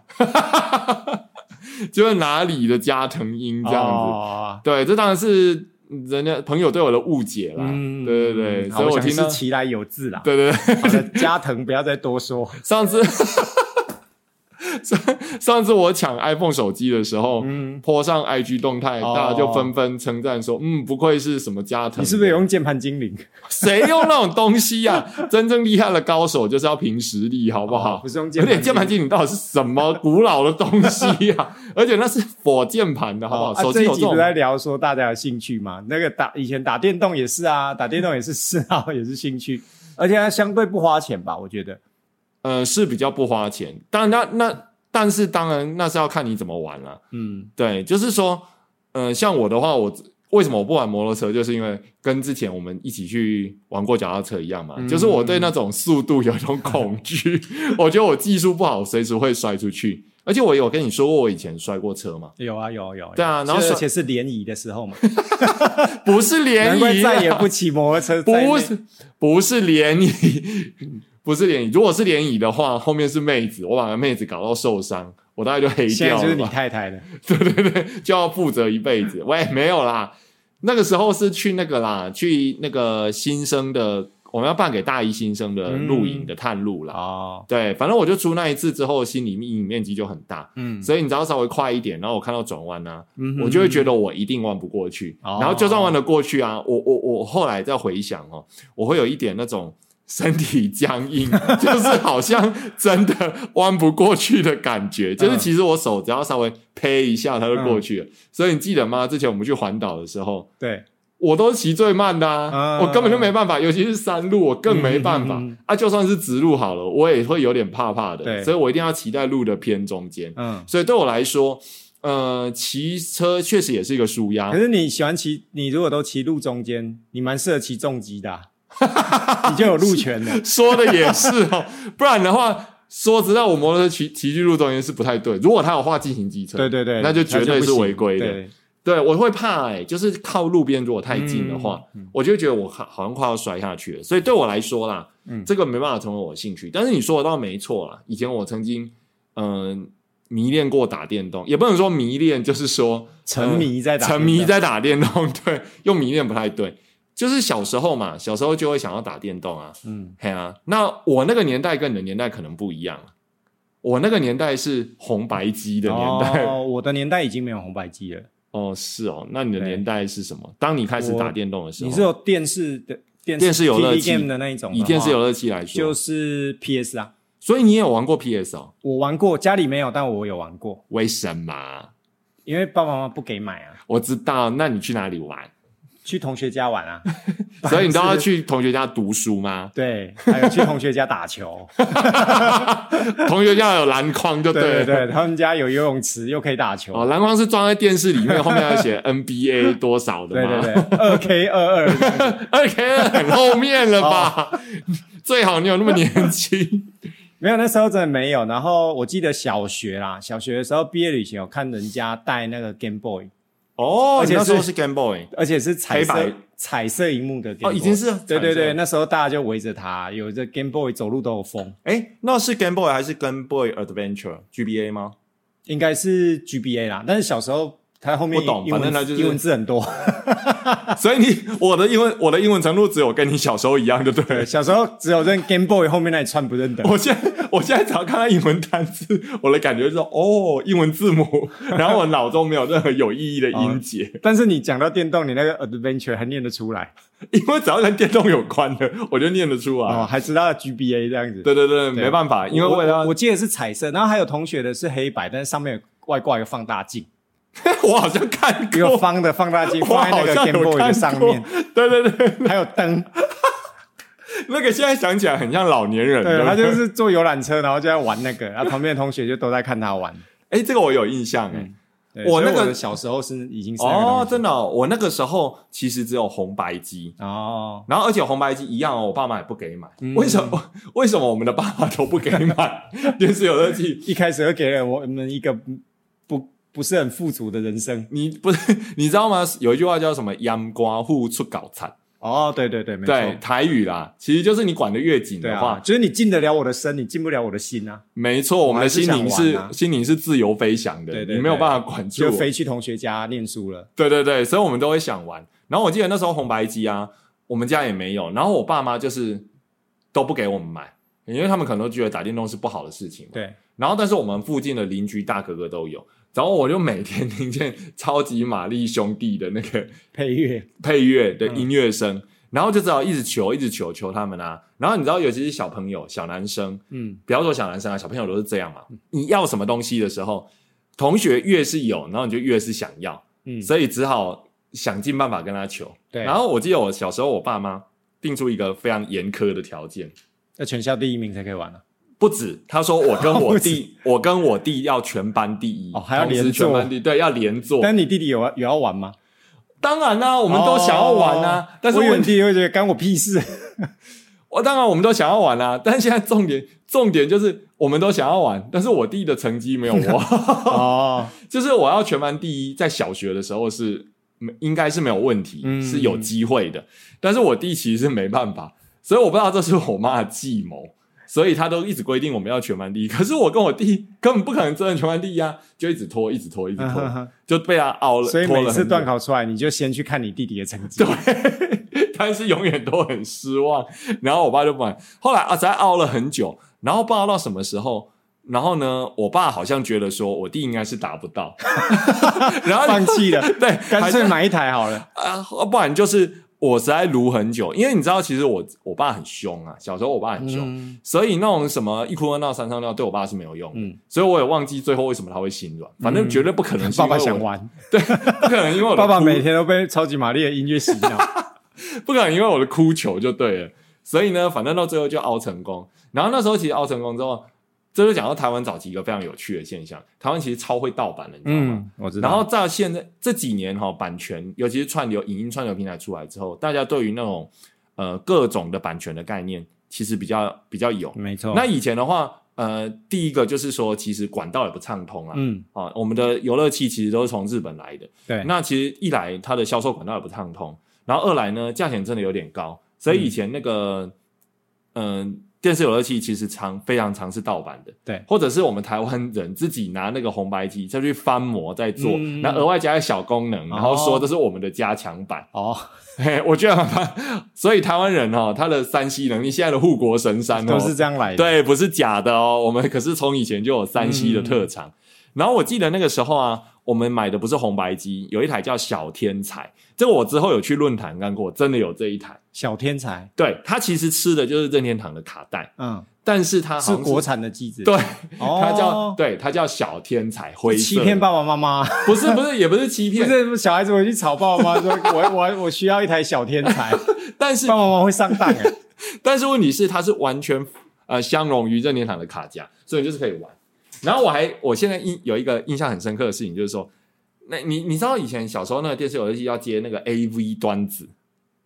Speaker 1: 就是哪里的加藤鹰这样子。
Speaker 2: 哦
Speaker 1: 对，这当然是人家朋友对我的误解啦。
Speaker 2: 嗯，
Speaker 1: 对对对，
Speaker 2: 好
Speaker 1: 所以
Speaker 2: 我想
Speaker 1: 听到
Speaker 2: 是，其来有字啦。
Speaker 1: 对对对，
Speaker 2: 好的，加藤不要再多说。
Speaker 1: 上次上上次我抢 iPhone 手机的时候，
Speaker 2: 嗯，
Speaker 1: 泼上 IG 动态，
Speaker 2: 哦
Speaker 1: 大家就纷纷称赞说：“嗯，不愧是什么加藤。”
Speaker 2: 你是不是有用键盘精灵？
Speaker 1: 谁用那种东西呀、 真正厉害的高手就是要凭实力，好 不好？
Speaker 2: 哦不是用键
Speaker 1: 而且
Speaker 2: 盘
Speaker 1: 键盘机你到底是什 么古老的东西呀、 而且那是火键盘的，好不好？
Speaker 2: 啊
Speaker 1: 手
Speaker 2: 这
Speaker 1: 机
Speaker 2: 一
Speaker 1: 有这
Speaker 2: 集不
Speaker 1: 种
Speaker 2: 是在聊说大家有兴趣嘛？那个打以前打电动也是啊，打电动也是嗜好，也是兴趣，而且它相对不花钱吧？我觉得
Speaker 1: 呃，是比较不花钱。当然，那那但是当然那是要看你怎么玩了、
Speaker 2: 嗯，
Speaker 1: 对，就是说，呃，像我的话，我为什么我不玩摩托车，就是因为跟之前我们一起去玩过脚踏车一样嘛，
Speaker 2: 嗯
Speaker 1: 就是我对那种速度有一种恐 惧，我觉得我技术不好，随时会摔出去。而且我有跟你说过，我以前摔过车嘛，
Speaker 2: 有啊有啊有啊。
Speaker 1: 对啊然后
Speaker 2: 是
Speaker 1: 手
Speaker 2: 而且是联谊的时候嘛，
Speaker 1: 不是 联
Speaker 2: 难怪
Speaker 1: 谊啊，
Speaker 2: 再也不骑摩托车。在那
Speaker 1: 不是不是联谊， 不是联谊。如果是联谊的话，后面是妹子，我把那妹子搞到受伤，我大概就黑
Speaker 2: 现
Speaker 1: 掉
Speaker 2: 在就是
Speaker 1: 了
Speaker 2: 你
Speaker 1: 吧，
Speaker 2: 太太了。
Speaker 1: 对对对，就要负责一辈子。喂，没有啦，那个时候是去那个啦，去那个新生的，我们要办给大一新生的露营
Speaker 2: 嗯
Speaker 1: 的探路啦。
Speaker 2: 哦，
Speaker 1: 对，反正我就出那一次之后，心里阴影面积就很大，
Speaker 2: 嗯，
Speaker 1: 所以你只要稍微快一点，然后我看到转弯啊，
Speaker 2: 嗯哼
Speaker 1: 我就会觉得我一定弯不过去。
Speaker 2: 哦
Speaker 1: 然后就算弯得过去啊，我我我后来再回想哦，我会有一点那种身体僵 硬，就是好像真的弯不过去的感
Speaker 2: 嗯
Speaker 1: 觉。就是其实我手只要稍微拍一下，它就过去了。所以你记得吗？之前我们去环岛的时候。
Speaker 2: 对，
Speaker 1: 我都骑最慢的啊，
Speaker 2: 嗯
Speaker 1: 我根本就没办法，尤其是山路，我更没办法、
Speaker 2: 嗯嗯嗯嗯
Speaker 1: 啊。就算是直路好了，我也会有点怕怕的，
Speaker 2: 对
Speaker 1: 所以我一定要骑在路的偏中间。
Speaker 2: 嗯。
Speaker 1: 所以对我来说，呃，骑车确实也是一个舒压
Speaker 2: 可。是你喜欢骑，你如果都骑路中间，你蛮适合骑重机的 啊、你就有路权了。
Speaker 1: 说的也是哦， 不然的话，说实在，我摩托车骑骑去路中间是不太对。如果他有画进行机车，
Speaker 2: 对对对，
Speaker 1: 那就绝对
Speaker 2: 不
Speaker 1: 是
Speaker 2: 行
Speaker 1: 违规的。
Speaker 2: 对
Speaker 1: 对我会怕哎、就是靠路边如果太近的话，
Speaker 2: 嗯
Speaker 1: 我就会觉得我好好像快要摔下去了。所以对我来说啦，
Speaker 2: 嗯
Speaker 1: 这个没办法成为我的兴趣。但是你说的倒没错啦，以前我曾经嗯、迷恋过打电动，也不能说迷恋，就是说
Speaker 2: 沉迷在打，
Speaker 1: 沉迷，在打电动，对，用迷恋不太对。就是小时候嘛，小时候就会想要打电动啊，
Speaker 2: 嗯，
Speaker 1: 嘿啊。那我那个年代跟你的年代可能不一样啊，我那个年代是红白机的年代。哦
Speaker 2: 哦，我的年代已经没有红白机了，
Speaker 1: 是哦，那你的
Speaker 2: 对
Speaker 1: 年代是什么？当你开始打电动的时候，
Speaker 2: 你是有电视的电
Speaker 1: 电视游乐
Speaker 2: TV
Speaker 1: 器
Speaker 2: game 的那一种的话，
Speaker 1: 以电视游乐器来说，
Speaker 2: 就是 PS 啊，
Speaker 1: 所以你也有玩过 PS 哦？
Speaker 2: 我玩过，家里没有，但我有玩过，
Speaker 1: 为什么？
Speaker 2: 因为爸爸妈妈不给买啊，
Speaker 1: 我知道，那你去哪里玩？
Speaker 2: 去同学 家玩啊，
Speaker 1: 所以你都 要去同学家读书吗？
Speaker 2: 对，还有去同学家 打球，
Speaker 1: 同学家有篮筐就了
Speaker 2: 对对对，他们家有游泳池，又可以打球，
Speaker 1: 哦，篮筐是装在电视里面，后面要 写 NBA 多少的
Speaker 2: 对
Speaker 1: 吗？
Speaker 2: 对对，二 K 二二，
Speaker 1: 二 K 很后面了 吧？最好你有那么年轻。
Speaker 2: 没有那时候真的没有。然后我记得小学啦，小学的时候毕业旅行有看人家带那个 Game Boy，
Speaker 1: 哦
Speaker 2: 而且
Speaker 1: 你那时候
Speaker 2: 是
Speaker 1: 是 Game Boy
Speaker 2: 而且是彩
Speaker 1: 黑
Speaker 2: 色
Speaker 1: 白
Speaker 2: 彩色荧幕的 Game
Speaker 1: 哦，
Speaker 2: Boy，
Speaker 1: 已经是
Speaker 2: 对对对，
Speaker 1: 那
Speaker 2: 那时候大家就围着它，有这 Game Boy 走路都有风，
Speaker 1: 哎，那是 Game Boy 还是 Game Boy Adventure GBA 吗？
Speaker 2: 应该是 GBA 啦。但是小时候它后面
Speaker 1: 不懂
Speaker 2: 英文
Speaker 1: 反正它就是
Speaker 2: 英文字很多。
Speaker 1: 所以你我的英文我的英文程度只有跟你小时候一样，就对了。
Speaker 2: 小时候只有认 Game Boy 后面那一串不认得，
Speaker 1: 我现在我现在只要看到英文单词，我的感觉就是哦，英文字 母，然后我脑中没有任何有意义的音节，
Speaker 2: 但是你讲到电动，你那个 Adventure 还念得出来
Speaker 1: 因为只要跟电动有关的，我就念得出来。
Speaker 2: 哦，还知道 GBA 这样子。
Speaker 1: 啊对对对，没办法，因为
Speaker 2: 我
Speaker 1: 为了
Speaker 2: 我我记得是彩色，然后还有同学的是黑白，但是上面有外挂一个放大镜，
Speaker 1: 我好像看
Speaker 2: 一个
Speaker 1: 过，
Speaker 2: 方的放大镜
Speaker 1: 我
Speaker 2: 放在
Speaker 1: 好
Speaker 2: 那个
Speaker 1: 像
Speaker 2: Game
Speaker 1: 有
Speaker 2: Boy 的
Speaker 1: 看
Speaker 2: 上
Speaker 1: 过
Speaker 2: 面，。
Speaker 1: 对对对，
Speaker 2: 还有灯，
Speaker 1: 那个现在想起来很像老年人。对
Speaker 2: 对
Speaker 1: 不对，
Speaker 2: 他就是坐游览车，然后就在玩那个，然后旁边的同学就都在看他玩。
Speaker 1: 哎，这个我有印象哎。
Speaker 2: 对
Speaker 1: 我
Speaker 2: 所以
Speaker 1: 那个
Speaker 2: 的小时候是已经是那嗯个
Speaker 1: 哦，
Speaker 2: 东西
Speaker 1: 真的哦，我那个时候其实只有红白机，
Speaker 2: 哦，
Speaker 1: 然后而且红白机一样哦，我爸妈也不给买。
Speaker 2: 嗯
Speaker 1: 为什么？为什么我们的爸妈都不给买 电视游乐器？
Speaker 2: 一开始会给了我们一个不不是很富足的人生。
Speaker 1: 你不是你知道吗？有一句话叫什么“秧瓜户出搞惨
Speaker 2: 哦，对对对，”，没错。
Speaker 1: 对台语啦，其实就是你管得越紧
Speaker 2: 对
Speaker 1: 的
Speaker 2: 啊，
Speaker 1: 话，
Speaker 2: 就是你进得了我的身，你进不了我的心啊，
Speaker 1: 没错，我们的心灵
Speaker 2: 我还是
Speaker 1: 是
Speaker 2: 想玩啊
Speaker 1: 心灵是自由飞翔的，
Speaker 2: 对对
Speaker 1: 你没有办法管住
Speaker 2: 就
Speaker 1: 我。
Speaker 2: 飞去同学家念书了。
Speaker 1: 对对对，所以我们都会想玩。然后我记得那时候红白机啊，我们家也没有，然后我爸妈就是都不给我们买，因为他们可能都觉得打电动是不好的事情嘛。
Speaker 2: 对，
Speaker 1: 然后但是我们附近的邻居大哥哥都有，然后我就每天听见超级玛丽兄弟的那个
Speaker 2: 配乐
Speaker 1: 配乐的音乐声，然后就只好一直求，一直求求他们啊。然后你知道，尤其是小朋友、小男生，
Speaker 2: 嗯，
Speaker 1: 不要说小男生啊，小朋友都是这样嘛。你要什么东西的时候，同学越是有，然后你就越是想要，
Speaker 2: 嗯
Speaker 1: 所以只好想尽办法跟他求。
Speaker 2: 对
Speaker 1: 然后我记得我小时候，我爸妈定出一个非常严苛的条件，
Speaker 2: 要全校第一名才可以玩啊。
Speaker 1: 不止，他说我跟我
Speaker 2: 不止
Speaker 1: 弟，我跟我弟要全班第一，
Speaker 2: 哦还要
Speaker 1: 同时
Speaker 2: 连坐
Speaker 1: 全班第一对，要连坐。
Speaker 2: 但你弟弟有啊有要玩吗？
Speaker 1: 当然啦、我们都想要玩啊，
Speaker 2: 哦
Speaker 1: 但是
Speaker 2: 我以为
Speaker 1: 问
Speaker 2: 你
Speaker 1: 题，
Speaker 2: 弟弟会觉得干我屁 事。
Speaker 1: 我当然我们都想要玩啦、但是现在重点重点就是我们都想要玩，但是我弟的成绩没有我好，
Speaker 2: 哦，
Speaker 1: 就是我要全班第一，在小学的时候是没应该是没有问题，
Speaker 2: 嗯
Speaker 1: 是有机会的。但是我弟其实是没办法，所以我不知道这是我妈的计谋，所以他都一直规定我们要全班第一。可是我跟我弟 根本不可能真的全班第一啊，就一直拖，一直拖，一直拖， 就被他熬了。
Speaker 2: 所以
Speaker 1: 拖了
Speaker 2: 每次
Speaker 1: 很久
Speaker 2: 段考出来，你就先去看你弟弟的成绩。对，
Speaker 1: 但是永远都很失望。然后我爸就不管，后来啊，才熬了很久，然后不知道到什么时候。然后呢，我爸好像觉得说我弟应该是达不到， 然后
Speaker 2: 放弃了，
Speaker 1: 对，
Speaker 2: 干
Speaker 1: 还
Speaker 2: 脆
Speaker 1: 是
Speaker 2: 买一台好了。
Speaker 1: 啊，不然就是我实在撸很久，因为你知道，其实我我爸很凶啊，小时候我爸很凶，
Speaker 2: 嗯，
Speaker 1: 所以那种什么一哭二闹三上吊对我爸是没有用的，
Speaker 2: 嗯
Speaker 1: 所以我也忘记最后为什么他会心软，反正绝对不可能是
Speaker 2: 爸
Speaker 1: 因为
Speaker 2: 爸
Speaker 1: 我
Speaker 2: 想，玩，
Speaker 1: 不可能因为我的
Speaker 2: 爸爸
Speaker 1: 哭
Speaker 2: 每天都被超级玛丽的音乐洗 脑。
Speaker 1: 不可能因为我的哭球就对了。所以呢，反正到最后就熬成功。然后那时候其实熬成功之后，这就讲到台湾早期一个非常有趣的现象，台湾其实超会盗版的，你知道吗？
Speaker 2: 嗯，我知道。
Speaker 1: 然后到现在这几年哈、版权尤其是串流影音串流平台出来之后，大家对于那种呃各种的版权的概念，其实比较比较有。
Speaker 2: 没错，
Speaker 1: 那以前的话，呃，第一个就是说，其实管道也不畅通啊。
Speaker 2: 嗯，
Speaker 1: 啊，我们的游乐器其实都是从日本来的。
Speaker 2: 对，
Speaker 1: 那其实一来它的销售管道也不畅通，然后二来呢，价钱真的有点高，所以以前那个嗯、呃电视游乐器其实常非常常是盗版的，
Speaker 2: 对
Speaker 1: 或者是我们台湾人自己拿那个红白机再去翻模再做，
Speaker 2: 嗯
Speaker 1: 然后额外加个小功能，然后说这是我们的加强版。
Speaker 2: 哦，
Speaker 1: 嘿，我觉得很棒， 所以台湾人哦，他的三 C 能力现在的护国神山哦，
Speaker 2: 都是这样来的。
Speaker 1: 对，不是假的哦。我们可是从以前就有山西的特长。
Speaker 2: 嗯
Speaker 1: 然后我记得那个时候啊，我们买的不是红白机，有一台叫小天才，这个我之后有去论坛看过，真的有这一台。
Speaker 2: 小天才，
Speaker 1: 对，它其实吃的就是任天堂的卡带，
Speaker 2: 嗯，
Speaker 1: 但是它好
Speaker 2: 是
Speaker 1: 像
Speaker 2: 国产的机子，
Speaker 1: 对，
Speaker 2: 哦，
Speaker 1: 它叫、对，它叫小天才灰色。
Speaker 2: 欺骗？爸爸妈 妈，
Speaker 1: 不是不是，也不是欺
Speaker 2: 不
Speaker 1: 骗，
Speaker 2: 是小孩子回去吵爸爸妈妈说，我我我需要一台小 天才，
Speaker 1: 但是
Speaker 2: 爸爸妈妈会上当哎，
Speaker 1: 但是问题是，它是完全呃相容于任天堂的卡夹，所以你就是可以玩。然后我还我现在印有一个印象很深刻的事情，就是说，那你你知道以前小时候那个电视游戏要接那个 AV 端子，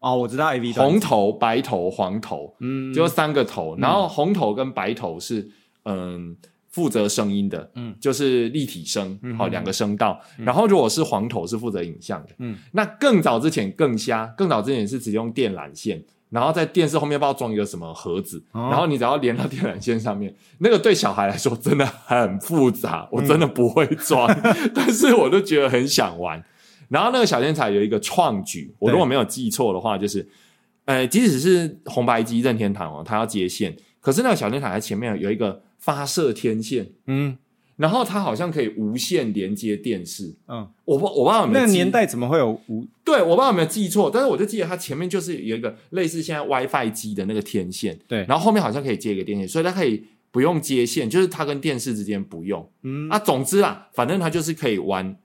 Speaker 2: 哦，我知道 A V 端
Speaker 1: 红，头、白头、黄头，
Speaker 2: 嗯，
Speaker 1: 就三个头，然后红头跟白头是嗯负责声音的，
Speaker 2: 嗯，
Speaker 1: 就是立体声，
Speaker 2: 嗯
Speaker 1: 好、
Speaker 2: 嗯
Speaker 1: 两个声道。然后如果是黄头是负责影像的，
Speaker 2: 嗯，
Speaker 1: 那更早之前更瞎，更早之前是只用电缆线，然后在电视后面不知道装一个什么盒子，
Speaker 2: 哦
Speaker 1: 然后你只要连到电缆线上面， 那个对小孩来说真的很复
Speaker 2: 嗯
Speaker 1: 杂，我真的不会装， 但是我都觉得很想玩。然后那个小天才有一个创举，我
Speaker 2: 对
Speaker 1: 如果没有记错的话，就是，呃，即使是红白机任天堂哦，它要接线，可是那个小天才它前面有一个发射天线，
Speaker 2: 嗯
Speaker 1: 然后它好像可以无线连接电视。
Speaker 2: 嗯，
Speaker 1: 我不我不知道有没有
Speaker 2: 那个
Speaker 1: 记
Speaker 2: 年代怎么会有无？
Speaker 1: 对，我不知道有没有记错，但是我就记得它前面就是有一个类似现在 WiFi 机的那个天线，
Speaker 2: 对
Speaker 1: 然后后面好像可以接一个电线，所以它可以不用接线，就是它跟电视之间不用、
Speaker 2: 嗯，
Speaker 1: 啊。总之啦，反正它就是可以玩，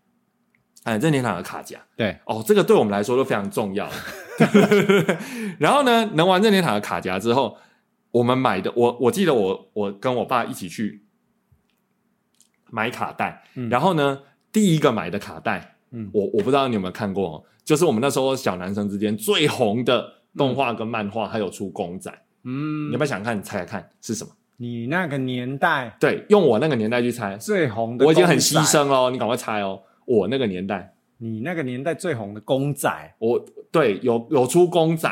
Speaker 1: 哎、任天堂的卡夹
Speaker 2: 对，
Speaker 1: 哦，这个对我们来说都非常重 要。 然后呢，能玩任天堂的卡夹之后，我们买的，我我记得我我跟我爸一起去买卡带，
Speaker 2: 嗯
Speaker 1: 然后呢，第一个买的卡带，
Speaker 2: 嗯
Speaker 1: 我我不知道你有没有看过、哦，就是我们那时候小男生之间最红的动画跟漫画，还有出公仔，
Speaker 2: 嗯
Speaker 1: 你要，不要想看？你猜猜看是什么？
Speaker 2: 你那个年代
Speaker 1: 对，用我那个年代去猜，
Speaker 2: 最红的，
Speaker 1: 我已经很牺。牲哦，你赶快猜哦，我那个年代。
Speaker 2: 你那个年代最红的公仔
Speaker 1: 我对有有出公仔，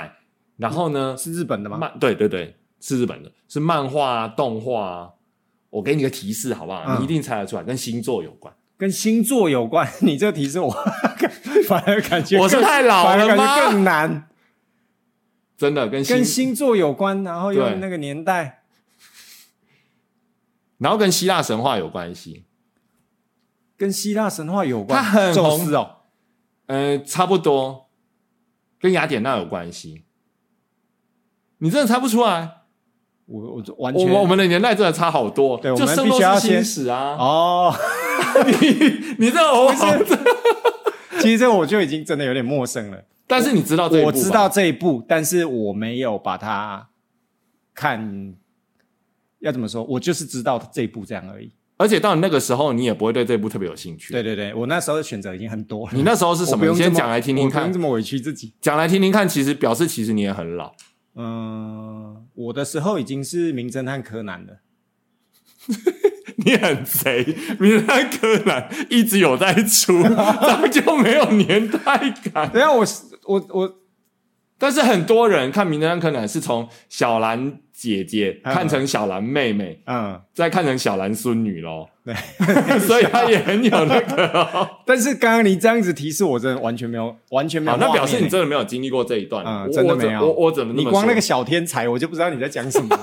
Speaker 1: 然后呢，
Speaker 2: 是日本的吗？
Speaker 1: 漫对对对是日本的，是漫画、啊、动画、啊。我给你个提示好不好？
Speaker 2: 嗯
Speaker 1: 你一定猜得出来，跟星座有关。
Speaker 2: 跟星座有关？你这提示我 反而感觉
Speaker 1: 我是
Speaker 2: 更
Speaker 1: 太老
Speaker 2: 反而
Speaker 1: 了
Speaker 2: 感
Speaker 1: 吗
Speaker 2: 觉更难。
Speaker 1: 真的跟星，
Speaker 2: 跟星座有关，然后又
Speaker 1: 对
Speaker 2: 那个年代
Speaker 1: 然后跟希腊神话有关系。
Speaker 2: 跟希腊神话有关，
Speaker 1: 它很
Speaker 2: 宙
Speaker 1: 红
Speaker 2: 斯哦，
Speaker 1: 呃，差不多，跟雅典娜有关系。你真的猜不出来？
Speaker 2: 我我就完
Speaker 1: 我
Speaker 2: 全
Speaker 1: 们我们的年代真的差好多，
Speaker 2: 对我
Speaker 1: 就
Speaker 2: 们
Speaker 1: 圣
Speaker 2: 必
Speaker 1: 斗
Speaker 2: 须要
Speaker 1: 士
Speaker 2: 先
Speaker 1: 星矢啊！
Speaker 2: 哦，
Speaker 1: 你这我好，
Speaker 2: 其实这我就已经真的有点陌生了。
Speaker 1: 但是你知道这一
Speaker 2: 我
Speaker 1: 部
Speaker 2: 知
Speaker 1: 吧
Speaker 2: 道这一部，但是我没有把它看，要怎么说？我就是知道这一部这样而已。
Speaker 1: 而且到你那个时候，你也不会对这部特别有兴趣。
Speaker 2: 对对对，我那时候的选择已经很多了。
Speaker 1: 你那时候是什
Speaker 2: 我
Speaker 1: 么？
Speaker 2: 不
Speaker 1: 你
Speaker 2: 用
Speaker 1: 先
Speaker 2: 这么
Speaker 1: 讲来听听
Speaker 2: 我不
Speaker 1: 看
Speaker 2: 用这。么委屈自己。
Speaker 1: 讲来听听看，其实表示其实你也很老，
Speaker 2: 嗯，我的时候已经是名侦探柯南了。
Speaker 1: 你很贼。名侦探柯南一直有在出，他就没有年代感。
Speaker 2: 等一下我是我我
Speaker 1: 但是很多人看名侦探柯南是从小兰姐姐
Speaker 2: 嗯
Speaker 1: 看成小兰妹妹，
Speaker 2: 嗯，
Speaker 1: 再看成小兰孙女咯，
Speaker 2: 对。
Speaker 1: 所以他也很有那个 哦。
Speaker 2: 但是刚刚你这样子提示，我真的完全没有，完全没
Speaker 1: 好，
Speaker 2: 有。
Speaker 1: 那表示你真的没有经历过这一段。
Speaker 2: 嗯
Speaker 1: 我
Speaker 2: 真的
Speaker 1: 我怎
Speaker 2: 没有
Speaker 1: 我我怎么那
Speaker 2: 你
Speaker 1: 么
Speaker 2: 光那
Speaker 1: 说
Speaker 2: 个小天才，我就不知道你在讲什 么。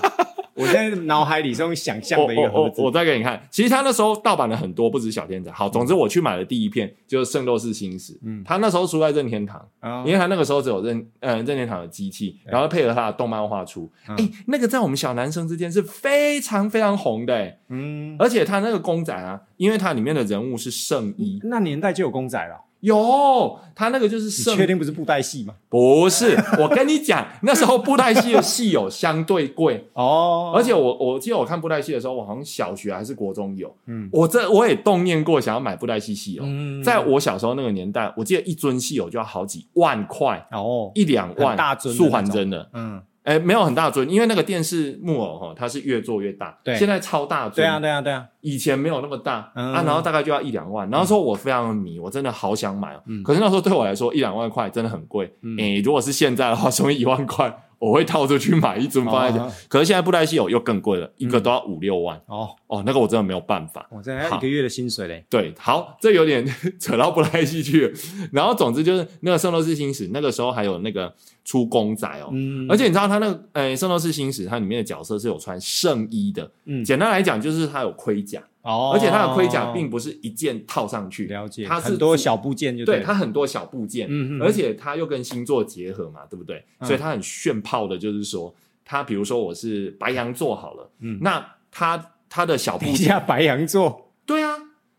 Speaker 2: 我现在脑海里是用想象的一个
Speaker 1: 我
Speaker 2: 盒
Speaker 1: 我我
Speaker 2: 子。
Speaker 1: 我再给你看，其实他那时候盗版了很多，不止小天才。好，总之我去买的第一片就是《圣斗士星矢》，嗯，他那时候出在任天堂，
Speaker 2: 啊
Speaker 1: 因为他那个时候只有任呃任天堂的机器，然后配合他的动漫画出，哎、
Speaker 2: 嗯
Speaker 1: 那个在我们小男生之间是非常非常红的、哎
Speaker 2: 嗯，
Speaker 1: 而且他那个公仔啊，因为它里面的人物是圣衣，
Speaker 2: 那年代就有公仔了。
Speaker 1: 有他那个就是
Speaker 2: 你
Speaker 1: 圣
Speaker 2: 确定不是布袋戏吗？
Speaker 1: 不是，我跟你讲，那时候布袋戏的戏有相对贵，
Speaker 2: 哦
Speaker 1: 而且我我记得我看布袋戏的时候，我好像小学还是国中有，
Speaker 2: 嗯
Speaker 1: 我这我也动念过想要买布袋戏戏偶。哦
Speaker 2: 嗯
Speaker 1: 在我小时候那个年代，我记得一尊戏偶就要好几万块，
Speaker 2: 哦，
Speaker 1: 一两万，
Speaker 2: 很大尊的
Speaker 1: 素还真的，
Speaker 2: 嗯，
Speaker 1: 哎、没有很大尊，因为那个电视木偶哈，它是越做越大，
Speaker 2: 对
Speaker 1: 现在超大尊，
Speaker 2: 对啊，对啊，对啊，
Speaker 1: 以前没有那么大、
Speaker 2: 嗯
Speaker 1: 啊，然后大概就要一两万，然后说我非常迷，我真的好想买哦、
Speaker 2: 嗯
Speaker 1: 可是那时候对我来说一两万块真的很贵，诶、
Speaker 2: 嗯
Speaker 1: 如果是现在的话，送一万块，我会套出去买一尊放在家。
Speaker 2: 哦嗯
Speaker 1: 可是现在布袋戏偶又更贵了，一个都要五六万、
Speaker 2: 哦，
Speaker 1: 哦，那个我真的没有办法。
Speaker 2: 我这还有一
Speaker 1: 好
Speaker 2: 个月的薪水嘞。
Speaker 1: 对，好，这有点 扯到布袋戏去了。然后总之就是那个《圣斗士星矢》，那个时候还有那个出公仔哦。
Speaker 2: 嗯
Speaker 1: 而且你知道他那个，诶，《圣斗士星矢》它里面的角色是有穿圣衣的。
Speaker 2: 嗯
Speaker 1: 简单来讲，就是它有盔甲，
Speaker 2: 哦，
Speaker 1: 而且它的盔甲并不是一件套上去，
Speaker 2: 了解，
Speaker 1: 它是
Speaker 2: 很多小部件就
Speaker 1: 对
Speaker 2: 了
Speaker 1: 它很多小部件，
Speaker 2: 嗯嗯嗯
Speaker 1: 而且它又跟星座结合嘛，对不对？
Speaker 2: 嗯
Speaker 1: 所以它很炫炮的，就是说，它比如说我是白羊座好了，
Speaker 2: 嗯
Speaker 1: 那它它的小部
Speaker 2: 等一
Speaker 1: 件，
Speaker 2: 下白羊座，
Speaker 1: 对啊。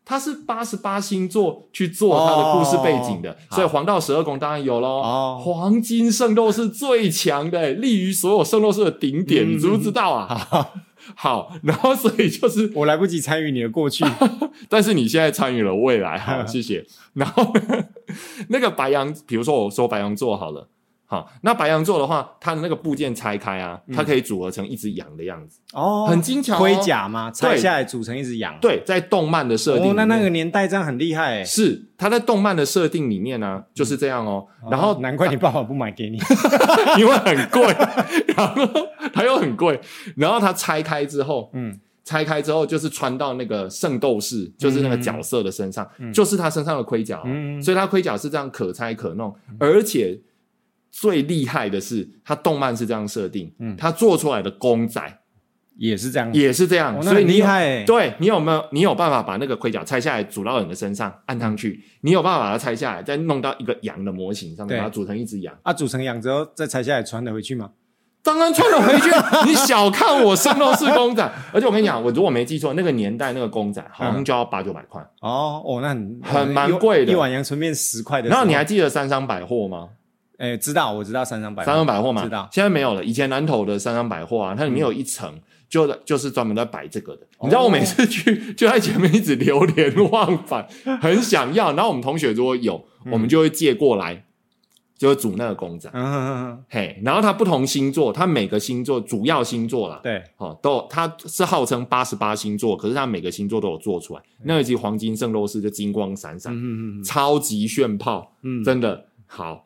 Speaker 1: 它是八十八星座去做它的故事背景的，
Speaker 2: 哦好
Speaker 1: 所以黄道十二宫当然有喽。
Speaker 2: 哦
Speaker 1: 黄金圣斗士最强的，立于所有圣斗士的顶点，
Speaker 2: 嗯
Speaker 1: 你知不知道啊？好，然后所以就是
Speaker 2: 我来不及参与你的过去。
Speaker 1: 但是你现在参与了 未来，好，谢谢。然后那个白羊，比如说我说白羊座好了，好，那白羊座的话，它的那个部件拆开啊，它可以组合成一只羊的样子，
Speaker 2: 哦，
Speaker 1: 很精巧、哦。
Speaker 2: 嗯盔甲嘛，拆下来组成一只羊。
Speaker 1: 对，在动漫的设定里
Speaker 2: 哦，
Speaker 1: 面、
Speaker 2: 那那个年代这样很厉害欸。
Speaker 1: 是它在动漫的设定里面呢、啊就是这样哦。然后
Speaker 2: 嗯 哦难怪你爸爸不买给你。
Speaker 1: 因为很贵， 然后它又很贵，然后它拆开之后，
Speaker 2: 嗯，
Speaker 1: 拆开之后就是穿到那个圣斗士，就是那个角色的身上，就是他身上的盔甲哦、
Speaker 2: 嗯
Speaker 1: 所以他盔甲是这样可拆可弄，而且最厉害的是，他动漫是这样设定，
Speaker 2: 嗯
Speaker 1: 他做出来的公仔
Speaker 2: 也是这样。
Speaker 1: 也是这样，
Speaker 2: 哦那
Speaker 1: 所以
Speaker 2: 很
Speaker 1: 你
Speaker 2: 厉
Speaker 1: 有
Speaker 2: 害欸。
Speaker 1: 对你有没有？你有办法把那个盔甲拆下来，组到你的身上，按上去。你有办法把它拆下来，再弄到一个羊的模型上面，
Speaker 2: 嗯对
Speaker 1: 把它组成一只羊。
Speaker 2: 啊，组成羊之后再拆下来穿得回去吗？
Speaker 1: 当然穿了回去，你小看我圣斗士公 仔。而且我跟你讲，我如果没记错，那个年代那个公仔好
Speaker 2: 嗯
Speaker 1: 像就要八九百块。
Speaker 2: 哦哦，那很
Speaker 1: 很
Speaker 2: 一
Speaker 1: 蛮贵的
Speaker 2: 一碗阳春面十块的时
Speaker 1: 然
Speaker 2: 候。
Speaker 1: 后你还记得三商百货吗？
Speaker 2: 哎，知道我知道三张百货
Speaker 1: 三商百货嘛，
Speaker 2: 知道嗯
Speaker 1: 现在没有了。以前南投的三商百货啊，它里面有一层。就就是专门在摆这个的，
Speaker 2: 哦
Speaker 1: 你知道我每次去 就在前面一直流连忘返，很想要。然后我们同学如果有，我们就会借过来，就会组那个公仔。
Speaker 2: 嗯嗯嗯嗯，
Speaker 1: 嘿，然后它不同星座，它每个星座主要星座啦，
Speaker 2: 对，
Speaker 1: 哦，都它是号称八十八星座，可是它每个星座都有做出来。那一集黄金圣斗士就金光闪闪，
Speaker 2: 嗯嗯嗯嗯
Speaker 1: 超级炫炮，
Speaker 2: 嗯，
Speaker 1: 真的好。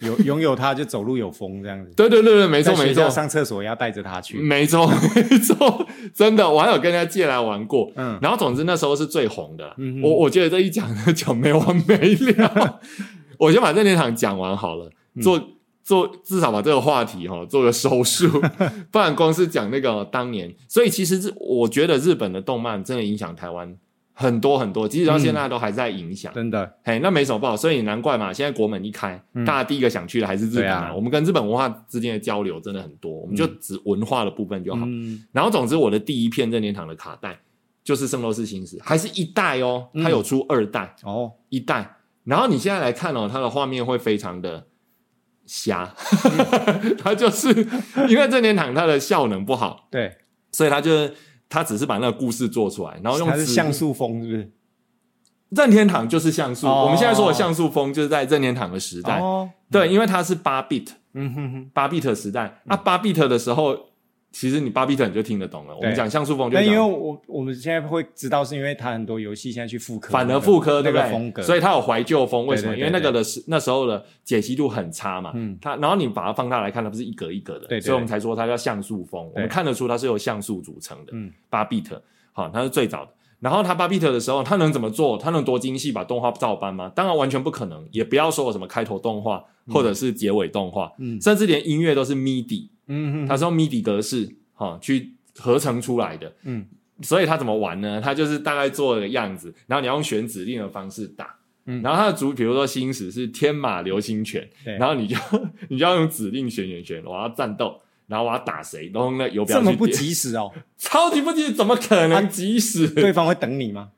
Speaker 2: 有拥有它就走路有风这样子。
Speaker 1: 对对对对，没
Speaker 2: 没
Speaker 1: 错没错，
Speaker 2: 上厕所也要带着它去。
Speaker 1: 没错 没错，真的，我还有跟人家借来玩过。
Speaker 2: 嗯，
Speaker 1: 然后总之那时候是最红的啦，
Speaker 2: 嗯哼
Speaker 1: 我我觉得这一讲呢就没完没 了。我先把任天堂讲完好了，
Speaker 2: 嗯
Speaker 1: 做做至少把这个话题哈、哦、做个收 束，不然光是讲那个、哦当年，所以其实日我觉得日本的动漫真的影响台湾很多很多，即使到现
Speaker 2: 嗯
Speaker 1: 在都还在影响。
Speaker 2: 真的，
Speaker 1: 嘿，那没什么不好，所以难怪嘛，现在国门一开，大家第一个想去的还是日本
Speaker 2: 嗯对啊
Speaker 1: 我们跟日本文化之间的交流真的很多，我们就只文化的部分就好。
Speaker 2: 嗯，
Speaker 1: 然后总之，我的第一片任天堂的卡带就是《圣斗士星矢》，还是一代哦，它
Speaker 2: 嗯
Speaker 1: 有出二代、
Speaker 2: 哦，
Speaker 1: 一代。然后你现在来看哦，它的画面会非常的瞎，
Speaker 2: 嗯
Speaker 1: 它就是因为任天堂它的效能不好，
Speaker 2: 对，
Speaker 1: 所以它就是它只是把那个故事做出来，然后用
Speaker 2: 它是
Speaker 1: 纸
Speaker 2: 像素风是不是？
Speaker 1: 任天堂就是像素，
Speaker 2: 哦
Speaker 1: 我们现在说的像素风就是在任天堂的时代，
Speaker 2: 哦，
Speaker 1: 对，因为它是八 bit
Speaker 2: 嗯哼哼。
Speaker 1: 八 bit 时代，
Speaker 2: 嗯
Speaker 1: 啊，八 bit 的时候。其实你八 bit 你就听得懂了。我们讲像素风就
Speaker 2: 但
Speaker 1: 讲
Speaker 2: 因为我我们现在会知道，是因为它很多游戏现在去复刻那
Speaker 1: 反
Speaker 2: 个，
Speaker 1: 而复刻
Speaker 2: 那
Speaker 1: 对不
Speaker 2: 个
Speaker 1: 对？
Speaker 2: 风格，
Speaker 1: 所
Speaker 2: 以
Speaker 1: 以它有怀旧风，为什么？
Speaker 2: 对对对
Speaker 1: 因为那个的是那时候的解析度很差嘛，
Speaker 2: 嗯
Speaker 1: 它然后你把它放大来看，它不是一格一格的，
Speaker 2: 对对对
Speaker 1: 所以我们才说它叫像素风，我们看得出它是由像素组成的，
Speaker 2: 嗯，
Speaker 1: 八 bit，好，它是最早的。然后它八 bit 的时候，它能怎么做？它能多精细把动画照搬吗？当然完全不可能，也不要说有什么开头动画或者是结尾动画，
Speaker 2: 嗯
Speaker 1: 甚至连音乐都是 MIDI，
Speaker 2: 嗯
Speaker 1: 它
Speaker 2: 哼，
Speaker 1: 是用 MIDI 格式哈、哦去合成出来的。
Speaker 2: 嗯
Speaker 1: 所以他怎么玩呢？他就是大概做的样子，然后你要用选指令的方式打。
Speaker 2: 嗯
Speaker 1: 然后他的主，比如说星矢是天马流星拳，
Speaker 2: 对
Speaker 1: 然后你就你就要用指令选选选，我要战斗，然后我要打谁，然后用那游标
Speaker 2: 这
Speaker 1: 去
Speaker 2: 么不
Speaker 1: 点，
Speaker 2: 及时哦，
Speaker 1: 超级不急，怎么可能及时？
Speaker 2: 对方会等你吗？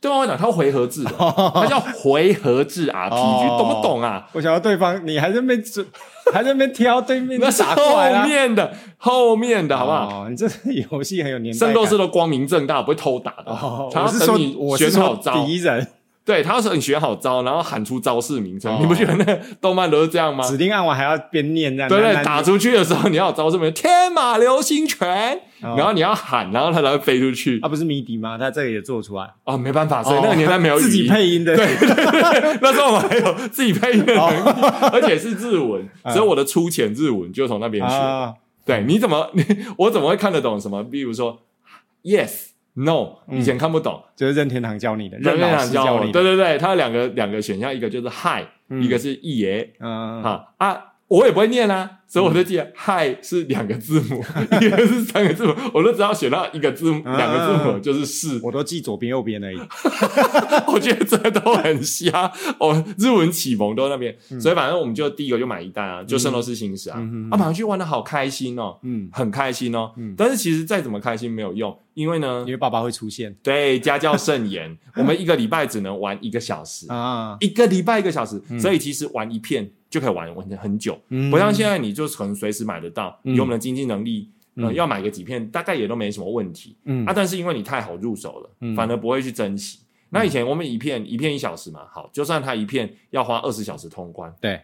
Speaker 1: 对方会讲他回合制的，他叫回合制 RPG，
Speaker 2: 哦
Speaker 1: 懂不懂啊？
Speaker 2: 我想要对方，你还在那边指，还在那边挑对面
Speaker 1: 那是
Speaker 2: 打过
Speaker 1: 后
Speaker 2: 来啊啦，
Speaker 1: 面的后面的好不好？
Speaker 2: 哦？你这游戏很有年代
Speaker 1: 圣
Speaker 2: 感。
Speaker 1: 斗士都光明正大，不会偷打的
Speaker 2: 哦，，
Speaker 1: 他
Speaker 2: 我
Speaker 1: 要
Speaker 2: 是说
Speaker 1: 等你
Speaker 2: 我是
Speaker 1: 选好
Speaker 2: 说
Speaker 1: 招。
Speaker 2: 敌人
Speaker 1: 对，他要是你选好招，然后喊出招式名称，
Speaker 2: 哦
Speaker 1: 你不觉得那动漫都是这样吗？
Speaker 2: 指令按完还要边念这样，
Speaker 1: 对
Speaker 2: 喃喃
Speaker 1: 对，
Speaker 2: 念
Speaker 1: 打出去的时候你要有招式名称，天马流星拳，
Speaker 2: 哦
Speaker 1: 然后你要喊，然后它才会飞出去。
Speaker 2: 啊，不是谜底吗？他这个也做出来，
Speaker 1: 哦，没办法，所以那个年代没有
Speaker 2: 哦
Speaker 1: 语
Speaker 2: 自己
Speaker 1: 音，
Speaker 2: 配音的，对，
Speaker 1: 那时候我 还有自己配音的能力，
Speaker 2: 哦
Speaker 1: 而且是日文，所以我的粗浅日文就从那边学。
Speaker 2: 嗯啊，
Speaker 1: 对，你怎么你 我怎么会看得懂什么？比如说 yes no，以前看不懂，
Speaker 2: 就是任天堂教你的，
Speaker 1: 任
Speaker 2: 任
Speaker 1: 天
Speaker 2: 老
Speaker 1: 堂
Speaker 2: 师
Speaker 1: 教我，
Speaker 2: 你
Speaker 1: 对
Speaker 2: 的，
Speaker 1: 对对，它有两个两个选项，一个就是 hi，
Speaker 2: 嗯
Speaker 1: 一个是 e。
Speaker 2: 嗯，嗯
Speaker 1: 啊啊，我也不会念啊，所以我就记得“嗨”是两个字母， 一个是三个字母，我都只要选到一个字母，
Speaker 2: 嗯
Speaker 1: 两个字母就是是。
Speaker 2: 我都记左边右边而已。
Speaker 1: 我觉得这都很瞎 哦，日文启蒙都那边，所以反正我们就第一个就买一单啊，就圣斗士星矢啊
Speaker 2: 嗯，
Speaker 1: 啊，马上去玩的好开心哦，
Speaker 2: 嗯，
Speaker 1: 很开心哦
Speaker 2: 嗯。
Speaker 1: 但是其实再怎么开心没有用，因为呢
Speaker 2: 因，为爸爸会出现
Speaker 1: 对家教甚 严，我们一个礼拜只能玩一个小时，
Speaker 2: 啊，
Speaker 1: 一个礼拜一个小时，所以其实玩一片就可以玩玩很久。
Speaker 2: 嗯
Speaker 1: 不像现在你就可能随时买得到，
Speaker 2: 嗯
Speaker 1: 以我们的经济能力，呃，
Speaker 2: 嗯
Speaker 1: 要买个几片大概也都没什么问题
Speaker 2: 嗯
Speaker 1: 啊。但是因为你太好入手了，
Speaker 2: 嗯
Speaker 1: 反而不会去珍惜。那以前我们一片一片一小时嘛，好，就算它一片要花二十小时通关，
Speaker 2: 对，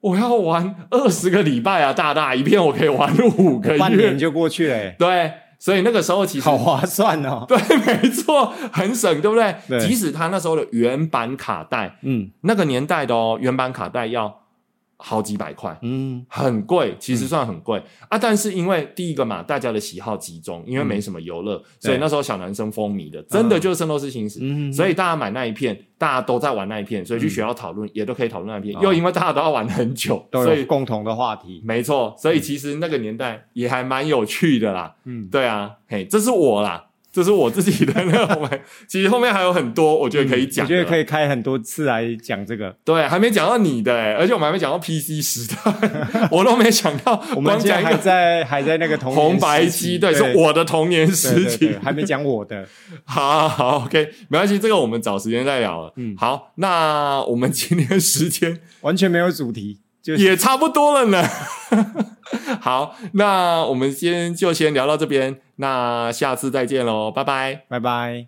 Speaker 1: 我要玩二十个礼拜啊，大大一片我可以玩五个
Speaker 2: 半
Speaker 1: 月
Speaker 2: 年，就过去了、欸，
Speaker 1: 对，所以那个时候其实
Speaker 2: 好划算哦。
Speaker 1: 对，没错，很省，对不对？
Speaker 2: 对
Speaker 1: 即使他那时候的原版卡带，
Speaker 2: 嗯
Speaker 1: 那个年代的哦，原版卡带要好几百块，
Speaker 2: 嗯，
Speaker 1: 很贵，其实算很贵、啊。但是因为第一个嘛，大家的喜好集中，因为没什么游乐，所以那时候小男生风靡的，真的就是《圣斗士星矢》
Speaker 2: 嗯
Speaker 1: 所以大家买那一片，大家都在玩那一片，所以去学校讨论、也都可以讨论那一片。
Speaker 2: 哦
Speaker 1: 又因为大家都要玩很久，
Speaker 2: 都
Speaker 1: 所
Speaker 2: 有
Speaker 1: 以
Speaker 2: 共同的话题。
Speaker 1: 没错，所以其实那个年代也还蛮有趣的啦。
Speaker 2: 嗯，
Speaker 1: 对啊，嘿，这是我啦，这是我自己的那种。其实后面还有很多，我觉得可以讲、
Speaker 2: 嗯我觉得可
Speaker 1: 以。
Speaker 2: 以开很多次来讲这个。
Speaker 1: 对，还没讲到你的、欸，而且我们还没讲到 PC 时代， 我都没想到。
Speaker 2: 我们
Speaker 1: 光
Speaker 2: 现
Speaker 1: 讲
Speaker 2: 在
Speaker 1: 一
Speaker 2: 还
Speaker 1: 个
Speaker 2: 在还在那个童年
Speaker 1: 红白
Speaker 2: 时期
Speaker 1: 机，对，是我的童 年
Speaker 2: 对
Speaker 1: 时
Speaker 2: 对
Speaker 1: 期
Speaker 2: 对。还没讲我的。
Speaker 1: 好好好，OK，没关系，这个我们找时间再聊了。
Speaker 2: 嗯
Speaker 1: 好，那我们今天时间
Speaker 2: 完全没有主题，就是
Speaker 1: 也差不多了呢。 好，那我们先就先聊到这边，那下次再见喽，拜拜。
Speaker 2: 拜拜。